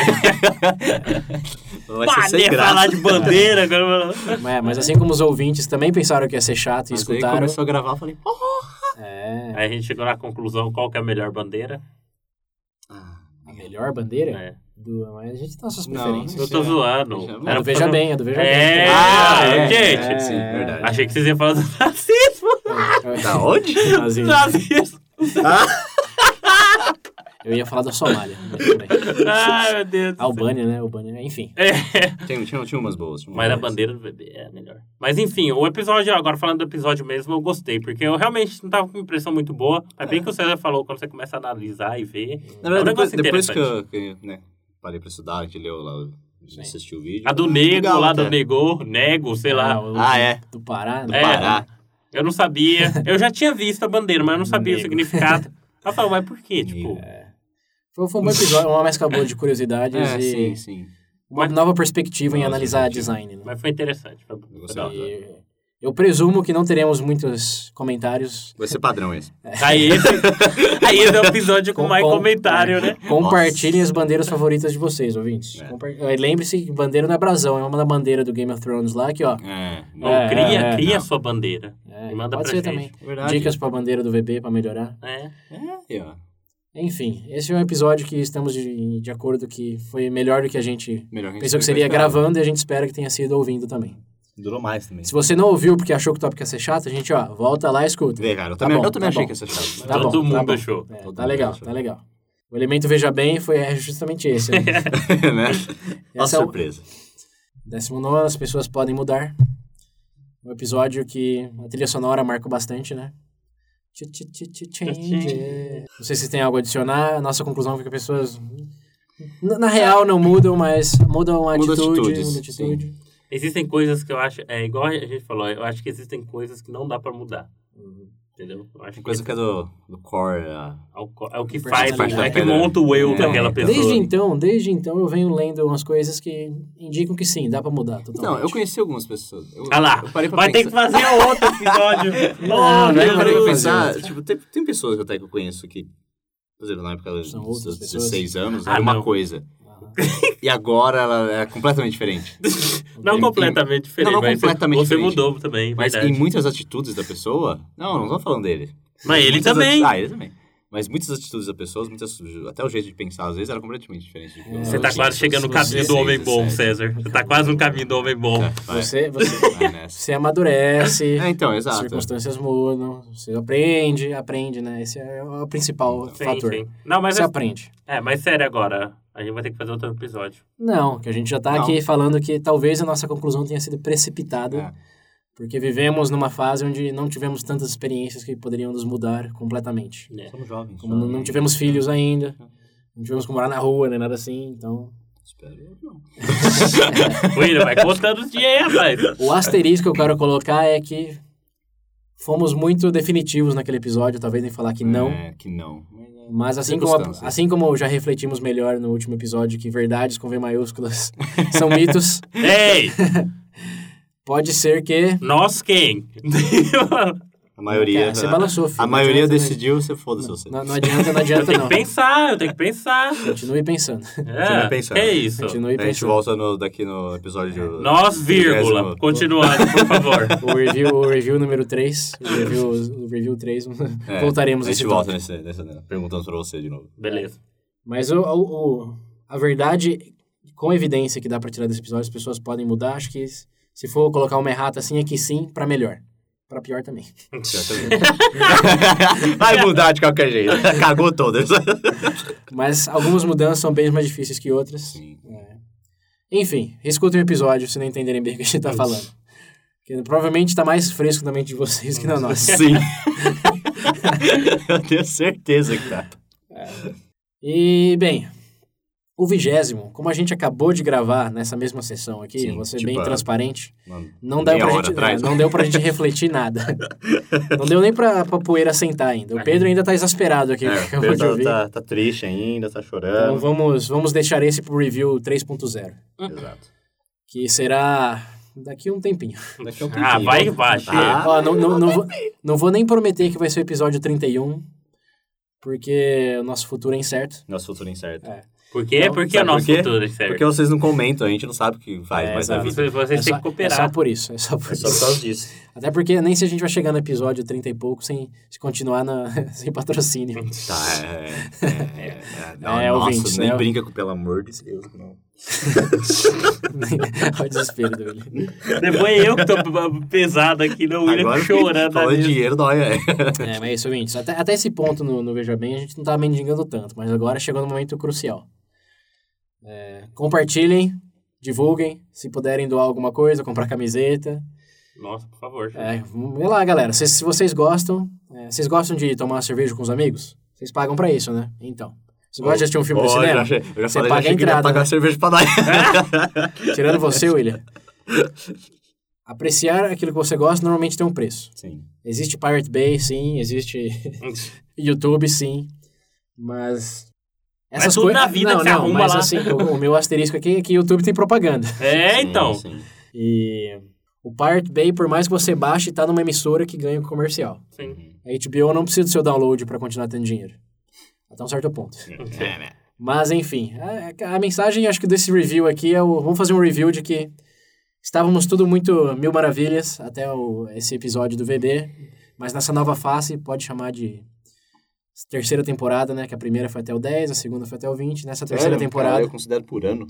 [SPEAKER 2] vai ser sem
[SPEAKER 3] Bandeira,
[SPEAKER 2] graça.
[SPEAKER 3] falar de bandeira.
[SPEAKER 1] *laughs*
[SPEAKER 3] agora-
[SPEAKER 1] É, mas assim como os ouvintes também pensaram que ia ser chato e
[SPEAKER 2] Mas aí
[SPEAKER 1] escutaram...
[SPEAKER 2] começou a gravar, eu falei... "Porra."
[SPEAKER 1] É,
[SPEAKER 3] Aí a gente chegou na conclusão qual que é a melhor bandeira.
[SPEAKER 2] Ah,
[SPEAKER 1] a melhor bandeira?
[SPEAKER 3] É.
[SPEAKER 1] Do, mas a gente tem nossas
[SPEAKER 2] Não,
[SPEAKER 1] preferências.
[SPEAKER 3] Eu tô
[SPEAKER 2] Sim.
[SPEAKER 3] zoando.
[SPEAKER 2] Veja
[SPEAKER 1] É
[SPEAKER 2] bem. Era
[SPEAKER 1] do Veja
[SPEAKER 3] pra-
[SPEAKER 1] Bem, é do Veja
[SPEAKER 3] É,
[SPEAKER 1] Bem.
[SPEAKER 2] Ah, é,
[SPEAKER 3] gente.
[SPEAKER 2] é, sim, verdade.
[SPEAKER 3] Achei que vocês iam falar do racismo.
[SPEAKER 1] *laughs*
[SPEAKER 2] *laughs* Da onde?
[SPEAKER 1] Nazismo.
[SPEAKER 3] Nazismo.
[SPEAKER 1] Eu ia falar da Somália. mas tudo bem.
[SPEAKER 2] *laughs*
[SPEAKER 3] Ai, meu Deus. do céu.
[SPEAKER 1] Albânia, né? Albânia, enfim.
[SPEAKER 3] É.
[SPEAKER 2] *laughs* Tinha, tinha, tinha umas boas. tinha umas
[SPEAKER 3] Mas a
[SPEAKER 2] boas.
[SPEAKER 3] bandeira do bebê é a melhor. Mas enfim, o episódio, agora falando do episódio mesmo, eu gostei, porque eu realmente não tava com uma impressão muito boa. É bem que o César falou, quando você começa a analisar e ver.
[SPEAKER 2] Na
[SPEAKER 3] É um
[SPEAKER 2] verdade, depois,
[SPEAKER 3] negócio
[SPEAKER 2] depois que
[SPEAKER 3] interessante.
[SPEAKER 2] eu que, né, parei pra estudar, a gente leu lá, a gente assistiu o vídeo.
[SPEAKER 3] A do Nego,
[SPEAKER 2] Legal,
[SPEAKER 3] lá
[SPEAKER 2] até.
[SPEAKER 3] do Negou, Nego, sei lá.
[SPEAKER 1] o-
[SPEAKER 2] Ah, é.
[SPEAKER 1] Do Pará,
[SPEAKER 2] Do
[SPEAKER 1] né?
[SPEAKER 2] Pará.
[SPEAKER 3] Eu não sabia. Eu já tinha visto a bandeira, mas eu não sabia o
[SPEAKER 2] Nego.
[SPEAKER 3] significado. Ela falou, mas por quê? Tipo,
[SPEAKER 1] Foi, foi um bom episódio, uma mescla boa de curiosidades
[SPEAKER 2] *laughs* É,
[SPEAKER 1] e
[SPEAKER 2] sim, sim.
[SPEAKER 1] uma nova perspectiva em
[SPEAKER 2] Nossa,
[SPEAKER 1] analisar
[SPEAKER 2] gente.
[SPEAKER 1] design, né?
[SPEAKER 3] mas foi interessante. Foi, foi
[SPEAKER 2] Você
[SPEAKER 3] da hora.
[SPEAKER 1] E eu presumo que não teremos muitos comentários.
[SPEAKER 2] Vai ser padrão esse.
[SPEAKER 3] Aí esse, aí esse é o episódio com
[SPEAKER 1] Com-
[SPEAKER 3] mais
[SPEAKER 1] com-
[SPEAKER 3] comentário, né?
[SPEAKER 1] Compartilhem as bandeiras favoritas de vocês, ouvintes.
[SPEAKER 2] É.
[SPEAKER 1] Compar- eh, Lembre-se que bandeira não é brasão, é uma da bandeira do Game of Thrones lá, que ó.
[SPEAKER 2] É.
[SPEAKER 3] Não,
[SPEAKER 1] É,
[SPEAKER 3] cria
[SPEAKER 1] é, é.
[SPEAKER 3] cria a
[SPEAKER 2] Não.
[SPEAKER 3] sua bandeira.
[SPEAKER 1] é,
[SPEAKER 3] E manda
[SPEAKER 1] pode
[SPEAKER 3] pra
[SPEAKER 1] ser
[SPEAKER 3] gente.
[SPEAKER 1] também.
[SPEAKER 2] É Verdade.
[SPEAKER 1] Dicas pra bandeira do VB pra melhorar.
[SPEAKER 3] É.
[SPEAKER 2] É, ó.
[SPEAKER 1] Enfim, esse é um episódio que estamos de, de acordo que foi melhor do que a gente
[SPEAKER 2] Melhor a gente
[SPEAKER 1] pensou que
[SPEAKER 2] sempre
[SPEAKER 1] seria
[SPEAKER 2] esperava.
[SPEAKER 1] gravando e a gente espera que tenha sido ouvindo também.
[SPEAKER 2] Durou mais também.
[SPEAKER 1] Se você não ouviu porque achou que o tópico ia ser chato, a gente, ó, volta lá e escuta.
[SPEAKER 2] Vê, cara, eu
[SPEAKER 1] Tá
[SPEAKER 2] também,
[SPEAKER 1] bom,
[SPEAKER 2] eu também
[SPEAKER 1] tá
[SPEAKER 2] achei
[SPEAKER 1] bom.
[SPEAKER 2] que ia ser chato.
[SPEAKER 1] Tá
[SPEAKER 3] Todo
[SPEAKER 1] bom, tá
[SPEAKER 3] mundo
[SPEAKER 1] bom.
[SPEAKER 3] achou.
[SPEAKER 1] É,
[SPEAKER 2] Todo
[SPEAKER 1] tá
[SPEAKER 2] mundo
[SPEAKER 1] legal,
[SPEAKER 2] achou.
[SPEAKER 1] tá legal. O elemento Veja Bem foi é, justamente esse.
[SPEAKER 3] *laughs*
[SPEAKER 1] Né?
[SPEAKER 2] *laughs* né? Uma
[SPEAKER 1] Essa é o-
[SPEAKER 2] surpresa.
[SPEAKER 1] Décimo nono, as pessoas podem mudar. Um episódio que a trilha sonora marca bastante, né? Ch- ch- ch- ch- change. Não sei se tem algo a adicionar. A nossa conclusão foi que as pessoas. Na na real, não mudam, mas mudam a
[SPEAKER 2] Muda
[SPEAKER 1] atitude.
[SPEAKER 2] atitudes,
[SPEAKER 1] muda a atitude.
[SPEAKER 3] Existem coisas que eu acho. É igual a gente falou, eu acho que existem coisas que não dá pra mudar. Entendeu? Eu acho
[SPEAKER 2] Uma Uhum. coisa que é do, do core. ah,
[SPEAKER 3] é o, co- é o que
[SPEAKER 1] Personalidade.
[SPEAKER 3] faz, é que
[SPEAKER 2] Pedra.
[SPEAKER 3] monta o eu
[SPEAKER 2] É.
[SPEAKER 3] daquela pessoa.
[SPEAKER 1] Desde então, desde então, eu venho lendo umas coisas que indicam que sim, dá pra mudar totalmente.
[SPEAKER 2] Não, Então, eu conheci algumas pessoas. Eu,
[SPEAKER 3] Ah lá,
[SPEAKER 2] eu parei pra
[SPEAKER 3] vai ter que
[SPEAKER 2] pensar.
[SPEAKER 3] fazer
[SPEAKER 2] *laughs*
[SPEAKER 3] outro episódio.
[SPEAKER 1] Não, não é
[SPEAKER 3] oh,
[SPEAKER 2] Eu
[SPEAKER 1] fazer
[SPEAKER 2] parei pra
[SPEAKER 1] outro.
[SPEAKER 3] Jesus.
[SPEAKER 2] pensar, tipo, tem, tem pessoas que até que eu conheço que, por exemplo, na época dos
[SPEAKER 1] São outras
[SPEAKER 2] dos
[SPEAKER 1] pessoas?
[SPEAKER 2] 16 anos,
[SPEAKER 3] Ah,
[SPEAKER 2] era uma
[SPEAKER 3] não.
[SPEAKER 2] coisa.
[SPEAKER 1] Ah,
[SPEAKER 2] *laughs* E agora ela é completamente diferente.
[SPEAKER 3] *laughs* Não
[SPEAKER 2] Em-
[SPEAKER 3] completamente diferente.
[SPEAKER 2] Não, não
[SPEAKER 3] mas
[SPEAKER 2] completamente
[SPEAKER 3] Você
[SPEAKER 2] diferente.
[SPEAKER 3] mudou também,
[SPEAKER 2] Mas
[SPEAKER 3] É verdade.
[SPEAKER 2] em muitas atitudes da pessoa. Não, não tô falando dele.
[SPEAKER 3] Mas ele
[SPEAKER 2] Muitas
[SPEAKER 3] também.
[SPEAKER 2] ati- Ah, ele também. Mas muitas atitudes da pessoa, muitas, até o jeito de pensar, às vezes, era completamente diferente. de
[SPEAKER 1] É,
[SPEAKER 3] Você
[SPEAKER 1] Eu
[SPEAKER 3] tá
[SPEAKER 1] tinha
[SPEAKER 3] quase chegando no caminho do
[SPEAKER 1] 16,
[SPEAKER 3] homem bom,
[SPEAKER 1] 17.
[SPEAKER 3] César. Você tá quase no caminho do homem bom.
[SPEAKER 2] Vai,
[SPEAKER 1] Você,
[SPEAKER 3] É.
[SPEAKER 1] você,
[SPEAKER 2] É, vai nessa.
[SPEAKER 1] é. você amadurece,
[SPEAKER 2] *laughs* É, então,
[SPEAKER 1] as
[SPEAKER 2] exato.
[SPEAKER 1] circunstâncias mudam, você aprende, aprende, né? Esse é o principal
[SPEAKER 3] Sim,
[SPEAKER 1] fator.
[SPEAKER 3] sim. Não, mas
[SPEAKER 1] Você
[SPEAKER 3] é,
[SPEAKER 1] aprende.
[SPEAKER 3] é, mas sério agora. A gente vai ter que fazer outro episódio.
[SPEAKER 1] Não, que a gente já tá
[SPEAKER 2] Não.
[SPEAKER 1] aqui falando que talvez a nossa conclusão tenha sido precipitada,
[SPEAKER 2] É.
[SPEAKER 1] porque vivemos numa fase onde não tivemos tantas experiências que poderiam nos mudar completamente.
[SPEAKER 2] Somos jovens.
[SPEAKER 1] Como não- não
[SPEAKER 2] Tá.
[SPEAKER 1] tivemos filhos ainda, não tivemos que morar na rua, nem nada assim, então...
[SPEAKER 2] Espero eu não.
[SPEAKER 3] William, vai contando os dias aí, rapaz.
[SPEAKER 1] *laughs* O asterisco que eu quero colocar é que fomos muito definitivos naquele episódio, talvez nem falar que não,
[SPEAKER 2] É, que não.
[SPEAKER 1] Mas assim como, a-
[SPEAKER 2] Circunstâncias.
[SPEAKER 1] assim como já refletimos melhor no último episódio que verdades com V maiúsculas *laughs* são mitos,
[SPEAKER 3] Ei,
[SPEAKER 1] pode ser que.
[SPEAKER 3] nós quem?
[SPEAKER 2] A maioria.
[SPEAKER 1] Cara, você balançou, filho.
[SPEAKER 2] a
[SPEAKER 1] Não
[SPEAKER 2] maioria
[SPEAKER 1] adianta, né?
[SPEAKER 2] decidiu, você foda-se você.
[SPEAKER 1] Não, não adianta, não
[SPEAKER 3] Eu
[SPEAKER 1] adianta,
[SPEAKER 3] tenho que
[SPEAKER 1] não.
[SPEAKER 3] pensar, eu tenho que pensar.
[SPEAKER 1] Continue pensando.
[SPEAKER 3] É,
[SPEAKER 2] pensando.
[SPEAKER 3] é isso.
[SPEAKER 1] Continue
[SPEAKER 2] Tá, a gente
[SPEAKER 1] pensando.
[SPEAKER 2] volta no- daqui no episódio.
[SPEAKER 3] Nós, vírgula.
[SPEAKER 2] Vigésimo.
[SPEAKER 3] Continuando, por favor.
[SPEAKER 1] *laughs* O review, o review número 3.
[SPEAKER 2] *laughs*
[SPEAKER 1] O review, o review 3. *laughs*
[SPEAKER 2] É,
[SPEAKER 1] voltaremos
[SPEAKER 2] A gente
[SPEAKER 1] nesse
[SPEAKER 2] volta
[SPEAKER 1] tópico.
[SPEAKER 2] nesse, nessa, né, perguntando pra você de novo. *laughs*
[SPEAKER 3] Beleza.
[SPEAKER 1] Mas o, o- o- a verdade, com evidência que dá pra tirar desse episódio, as pessoas podem mudar. Acho que se for colocar uma errata assim, é que sim, pra melhor. Pra pior também.
[SPEAKER 2] Vai mudar de qualquer jeito. *laughs* Cagou todas.
[SPEAKER 1] Mas algumas mudanças são bem mais difíceis que outras.
[SPEAKER 2] Sim.
[SPEAKER 1] É. Enfim, escutem o episódio se não entenderem bem o que a gente tá falando. Porque provavelmente tá mais fresco na mente de vocês que na nossa.
[SPEAKER 2] Sim. *laughs* Eu tenho certeza que tá.
[SPEAKER 1] E, bem, o vigésimo, como a gente acabou de gravar nessa mesma sessão aqui,
[SPEAKER 2] Sim,
[SPEAKER 1] vou ser
[SPEAKER 2] tipo,
[SPEAKER 1] bem
[SPEAKER 2] ah,
[SPEAKER 1] transparente,
[SPEAKER 2] Mano,
[SPEAKER 1] não deu,
[SPEAKER 2] meia
[SPEAKER 1] pra
[SPEAKER 2] hora
[SPEAKER 1] gente,
[SPEAKER 2] atrás.
[SPEAKER 1] é, não deu pra gente refletir
[SPEAKER 2] *laughs*
[SPEAKER 1] nada. Não deu nem pra, pra poeira sentar ainda. O Pedro ainda tá exasperado aqui,
[SPEAKER 2] É,
[SPEAKER 1] *laughs*
[SPEAKER 2] o
[SPEAKER 1] acabou
[SPEAKER 2] Pedro
[SPEAKER 1] de ouvir.
[SPEAKER 2] tá, tá triste ainda, tá
[SPEAKER 1] Então
[SPEAKER 2] chorando.
[SPEAKER 1] vamos, vamos deixar esse pro review 3.0,
[SPEAKER 2] Exato.
[SPEAKER 1] que será daqui a um tempinho.
[SPEAKER 2] Daqui a um
[SPEAKER 3] Ah,
[SPEAKER 2] tempinho,
[SPEAKER 3] vai,
[SPEAKER 2] vamos
[SPEAKER 3] vai,
[SPEAKER 2] tentar.
[SPEAKER 1] Ó, não,
[SPEAKER 2] um
[SPEAKER 1] não, não, vou, não vou nem prometer que vai ser o episódio 31, porque o nosso futuro é incerto.
[SPEAKER 2] Nosso futuro incerto.
[SPEAKER 1] É.
[SPEAKER 3] Por quê?
[SPEAKER 1] Então,
[SPEAKER 3] Por que o
[SPEAKER 2] sabe por
[SPEAKER 3] nosso
[SPEAKER 2] quê?
[SPEAKER 3] futuro, sério?
[SPEAKER 2] Porque vocês não comentam, a gente não sabe o que faz
[SPEAKER 1] É,
[SPEAKER 2] mais na
[SPEAKER 1] exato.
[SPEAKER 2] vida.
[SPEAKER 3] Vocês, vocês
[SPEAKER 1] é,
[SPEAKER 3] têm
[SPEAKER 1] só,
[SPEAKER 3] que
[SPEAKER 1] é
[SPEAKER 3] cooperar.
[SPEAKER 1] só por isso, é só por
[SPEAKER 2] É só
[SPEAKER 1] isso.
[SPEAKER 2] por causa disso.
[SPEAKER 1] Até porque nem se a gente vai chegar no episódio 30 e pouco sem se continuar na- *laughs* sem patrocínio.
[SPEAKER 2] Tá, é. É, é, é, não,
[SPEAKER 1] É,
[SPEAKER 2] nossa,
[SPEAKER 1] ouvintes,
[SPEAKER 2] nem
[SPEAKER 1] né?
[SPEAKER 2] brinca com, pelo amor de Deus, não.
[SPEAKER 1] *laughs* Olha o desespero dele.
[SPEAKER 3] Depois eu que tô p- pesado aqui, não, o William
[SPEAKER 2] Agora
[SPEAKER 3] chorando.
[SPEAKER 2] falando de
[SPEAKER 3] ali.
[SPEAKER 2] dinheiro dói, é.
[SPEAKER 1] É, mas é isso, ouvintes. Até, até esse ponto no, no Veja Bem a gente não tá mendigando tanto, mas agora chegou no momento crucial. É, compartilhem, divulguem, se puderem doar alguma coisa, comprar camiseta.
[SPEAKER 3] Nossa, por favor. gente.
[SPEAKER 1] É, vamos lá, galera. Se, se vocês gostam, é, vocês gostam de tomar uma cerveja com os amigos? Vocês pagam pra isso, né? Então. Você gosta de assistir um filme
[SPEAKER 2] Ó,
[SPEAKER 1] no
[SPEAKER 2] eu já
[SPEAKER 1] cinema?
[SPEAKER 2] achei- eu já
[SPEAKER 1] Você paga
[SPEAKER 2] falei, já
[SPEAKER 1] a
[SPEAKER 2] achei que ele ia
[SPEAKER 1] entrada,
[SPEAKER 2] pagar
[SPEAKER 1] né?
[SPEAKER 2] cerveja pra nós.
[SPEAKER 1] Tirando você, William. Apreciar aquilo que você gosta normalmente tem um preço.
[SPEAKER 2] Sim.
[SPEAKER 1] Existe Pirate Bay, sim. Existe *laughs* YouTube, sim. Mas...
[SPEAKER 3] Mas tudo
[SPEAKER 1] coi-
[SPEAKER 3] na vida
[SPEAKER 1] não,
[SPEAKER 3] que você
[SPEAKER 1] não,
[SPEAKER 3] arruma
[SPEAKER 1] mas
[SPEAKER 3] lá.
[SPEAKER 1] assim, o, o meu asterisco aqui é que YouTube tem propaganda.
[SPEAKER 3] É,
[SPEAKER 2] Sim,
[SPEAKER 3] então.
[SPEAKER 2] sim.
[SPEAKER 1] E o Pirate Bay, por mais que você baixe, tá numa emissora que ganha o comercial.
[SPEAKER 3] Sim.
[SPEAKER 1] A HBO não precisa do seu download para continuar tendo dinheiro. Até um certo ponto.
[SPEAKER 2] É, né?
[SPEAKER 1] Mas, enfim, a, a mensagem acho que desse review aqui é o. Vamos fazer um review de que estávamos tudo muito mil maravilhas até o- esse episódio do VB, mas nessa nova face, pode chamar de terceira temporada, né? Que a primeira foi até o 10, a segunda foi até o 20. Nessa terceira
[SPEAKER 2] Sério, cara,
[SPEAKER 1] temporada.
[SPEAKER 2] eu considero por ano.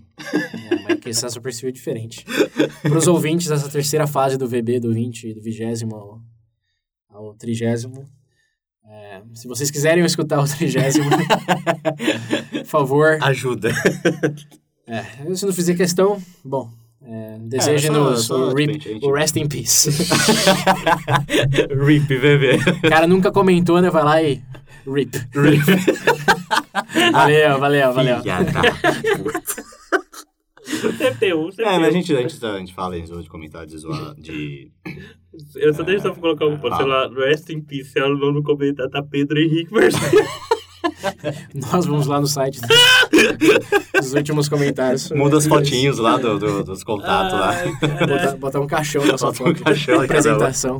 [SPEAKER 1] É, mas que essa Super Civil é diferente. Para os ouvintes, essa terceira fase do VB, do 20, do 20 ao, ao 30. é, se vocês quiserem escutar o 30, *laughs* por favor.
[SPEAKER 2] *laughs* Ajuda.
[SPEAKER 1] É, se não fizer questão, bom, é, desejem-nos
[SPEAKER 2] só- só
[SPEAKER 1] o, rip-
[SPEAKER 2] de repente.
[SPEAKER 1] o rest in peace.
[SPEAKER 2] RIP, bebê.
[SPEAKER 1] o cara nunca comentou, né? Vai lá e rip.
[SPEAKER 2] RIP.
[SPEAKER 1] *laughs* Valeu, valeu, valeu.
[SPEAKER 3] CPU, CPU.
[SPEAKER 2] É, mas a gente, a, gente, tá- a gente fala em zona de comentários de, zoar- de...
[SPEAKER 3] Eu só deixo só colocar
[SPEAKER 2] Ah.
[SPEAKER 3] um ponto, sei lá, Rest in Peace, é o nome do comentário da Pedro Henrique Mercedes.
[SPEAKER 1] Nós vamos lá no site dos últimos comentários.
[SPEAKER 2] Muda as fotinhos lá do, do- dos contatos lá.
[SPEAKER 1] Botar, botar um caixão na sua
[SPEAKER 2] Bota um
[SPEAKER 1] foto.
[SPEAKER 2] caixão em cada um.
[SPEAKER 1] apresentação.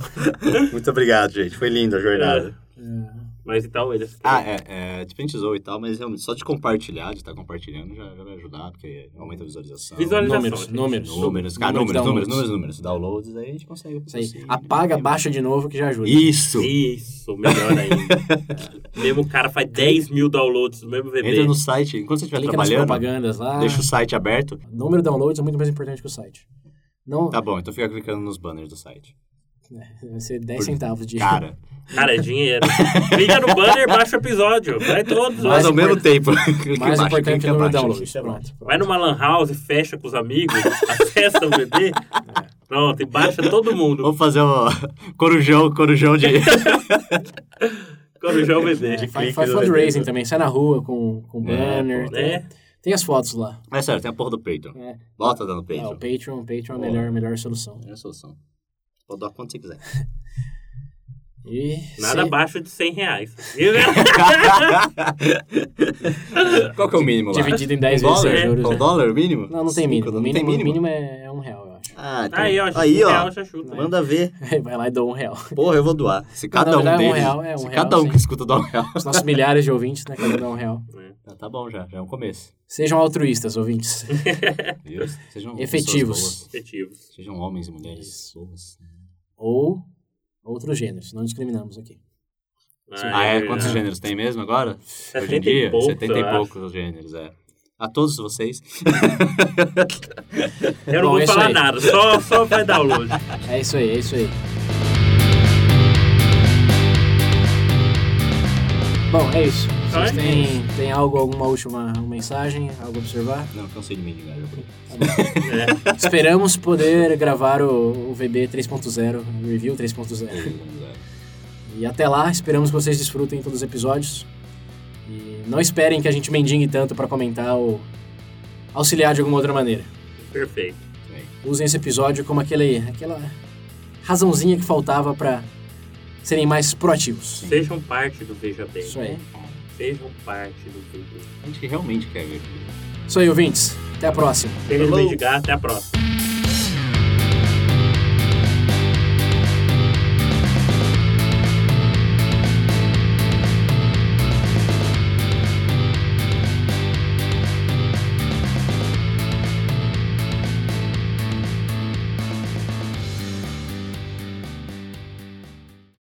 [SPEAKER 2] Muito obrigado, gente. Foi linda a jornada.
[SPEAKER 3] *laughs* Mas então, eles.
[SPEAKER 2] É. Ah, é, é, tipo, a gente zoa e tal, mas realmente, só de compartilhar, de estar compartilhando, já, já vai ajudar, porque aumenta a visualização.
[SPEAKER 3] Visualização.
[SPEAKER 1] Números,
[SPEAKER 3] gente.
[SPEAKER 1] números.
[SPEAKER 2] Números, cara,
[SPEAKER 1] Número de
[SPEAKER 2] números, números,
[SPEAKER 1] downloads.
[SPEAKER 2] números, números. Downloads, aí a gente consegue.
[SPEAKER 1] Isso aí.
[SPEAKER 2] conseguir.
[SPEAKER 1] Apaga, baixa de novo que já ajuda.
[SPEAKER 2] Isso!
[SPEAKER 3] Isso, melhor ainda.
[SPEAKER 2] *laughs*
[SPEAKER 3] mesmo o cara faz 10 mil downloads do mesmo VB.
[SPEAKER 2] Entra no site, enquanto você estiver
[SPEAKER 1] Clica nas
[SPEAKER 2] tá trabalhando,
[SPEAKER 1] propagandas lá.
[SPEAKER 2] deixa o site aberto.
[SPEAKER 1] Número de downloads é muito mais importante que o site. Não,
[SPEAKER 2] Tá bom, então fica clicando nos banners do
[SPEAKER 1] *laughs*
[SPEAKER 2] site.
[SPEAKER 1] vai ser 10
[SPEAKER 2] Por-
[SPEAKER 1] centavos de...
[SPEAKER 2] Cara,
[SPEAKER 3] Cara, é dinheiro. Clica no banner, baixa o episódio. Vai todos.
[SPEAKER 2] mas
[SPEAKER 1] Mais
[SPEAKER 2] ao mesmo
[SPEAKER 1] import-
[SPEAKER 2] tempo, *laughs* clica
[SPEAKER 1] mais
[SPEAKER 2] embaixo,
[SPEAKER 1] importante que
[SPEAKER 2] clica
[SPEAKER 1] o número de downloads.
[SPEAKER 2] abaixo.
[SPEAKER 1] Pronto.
[SPEAKER 3] Vai numa lan house, fecha com os amigos, acessa o bebê.
[SPEAKER 2] *laughs*
[SPEAKER 3] Pronto, e baixa todo mundo.
[SPEAKER 2] Vamos fazer o *laughs* corujão,
[SPEAKER 1] *laughs*
[SPEAKER 2] corujão de...
[SPEAKER 3] Corujão bebê.
[SPEAKER 1] É, faz faz
[SPEAKER 3] Né?
[SPEAKER 1] fundraising então, né? também, sai na rua com, com banner.
[SPEAKER 2] pô,
[SPEAKER 1] tem,
[SPEAKER 3] É,
[SPEAKER 1] tem as fotos lá.
[SPEAKER 2] Mas sério, tem a porra do Patreon.
[SPEAKER 1] É.
[SPEAKER 2] Bota dando
[SPEAKER 1] Ah, o
[SPEAKER 2] Patreon.
[SPEAKER 1] Patreon, o Patreon é a
[SPEAKER 2] Pô.
[SPEAKER 1] melhor, melhor solução.
[SPEAKER 2] É a solução. Pode dar quanto você quiser.
[SPEAKER 1] E
[SPEAKER 3] nada
[SPEAKER 1] se-
[SPEAKER 3] abaixo de 100 reais.
[SPEAKER 2] *laughs*
[SPEAKER 1] *laughs*
[SPEAKER 2] Qual que é o mínimo lá?
[SPEAKER 1] Dividido em 10
[SPEAKER 2] um
[SPEAKER 1] vezes
[SPEAKER 2] dólar?
[SPEAKER 1] sem juros,
[SPEAKER 2] Um
[SPEAKER 1] né?
[SPEAKER 2] dólar o mínimo?
[SPEAKER 1] Não, não tem
[SPEAKER 2] Cinco,
[SPEAKER 1] mínimo.
[SPEAKER 2] Não
[SPEAKER 1] mínimo,
[SPEAKER 2] tem mínimo?
[SPEAKER 1] mínimo é, é um real, eu acho. *laughs*
[SPEAKER 2] Ah, então-
[SPEAKER 3] Tá aí, ó,
[SPEAKER 2] Aí,
[SPEAKER 3] 100 real
[SPEAKER 2] ó.
[SPEAKER 3] já chuta.
[SPEAKER 2] Manda ver.
[SPEAKER 1] Vai lá e dou um real.
[SPEAKER 2] Porra, eu vou doar. Se cada um
[SPEAKER 1] verdade, é um
[SPEAKER 2] deles...
[SPEAKER 1] real, é um
[SPEAKER 2] se
[SPEAKER 1] real,
[SPEAKER 2] cada um
[SPEAKER 1] sim.
[SPEAKER 2] que escuta dá um real.
[SPEAKER 1] Os nossos milhares de ouvintes, né? Cada um dá um real.
[SPEAKER 2] *laughs* Ah, Tá bom já, já é um começo.
[SPEAKER 1] Sejam altruístas, ouvintes. *laughs*
[SPEAKER 2] Viu? Sejam
[SPEAKER 1] Efetivos.
[SPEAKER 2] pessoas boas.
[SPEAKER 3] Objetivos.
[SPEAKER 2] Sejam homens e mulheres. boas.
[SPEAKER 1] Ou outros gêneros, não discriminamos aqui.
[SPEAKER 2] Ah, é? Quantos gêneros tem mesmo agora? Hoje em
[SPEAKER 3] 70 e
[SPEAKER 2] dia?
[SPEAKER 3] poucos,
[SPEAKER 2] 70 e
[SPEAKER 3] eu acho.
[SPEAKER 2] poucos gêneros, é. A todos vocês.
[SPEAKER 3] Eu não
[SPEAKER 1] Bom, é
[SPEAKER 3] vou
[SPEAKER 1] isso
[SPEAKER 3] falar
[SPEAKER 1] aí.
[SPEAKER 3] nada, só, só vai download.
[SPEAKER 1] É isso aí, é isso aí. Bom, é isso. Vocês
[SPEAKER 3] Então é
[SPEAKER 1] têm, têm algo, alguma última mensagem, algo a observar?
[SPEAKER 2] Não, cansei de né? mendigar. já falei.
[SPEAKER 3] É.
[SPEAKER 1] Esperamos poder gravar o, o VB 3.0, o Review 3.0.
[SPEAKER 2] né? *laughs*
[SPEAKER 1] E até lá, esperamos que vocês desfrutem todos os episódios. E não esperem que a gente mendigue tanto para comentar ou auxiliar de alguma outra maneira.
[SPEAKER 3] Perfeito.
[SPEAKER 2] Bem,
[SPEAKER 1] Usem esse episódio como aquele, aquela razãozinha que faltava para serem mais proativos.
[SPEAKER 3] Sejam parte do Veja Bem.
[SPEAKER 1] Isso aí.
[SPEAKER 3] Sejam parte do Veja Bem.
[SPEAKER 2] A gente que realmente quer ver.
[SPEAKER 1] Isso aí, ouvintes. Até a próxima.
[SPEAKER 3] Beijo,
[SPEAKER 2] Falou.
[SPEAKER 3] beijo, gato. Até a próxima.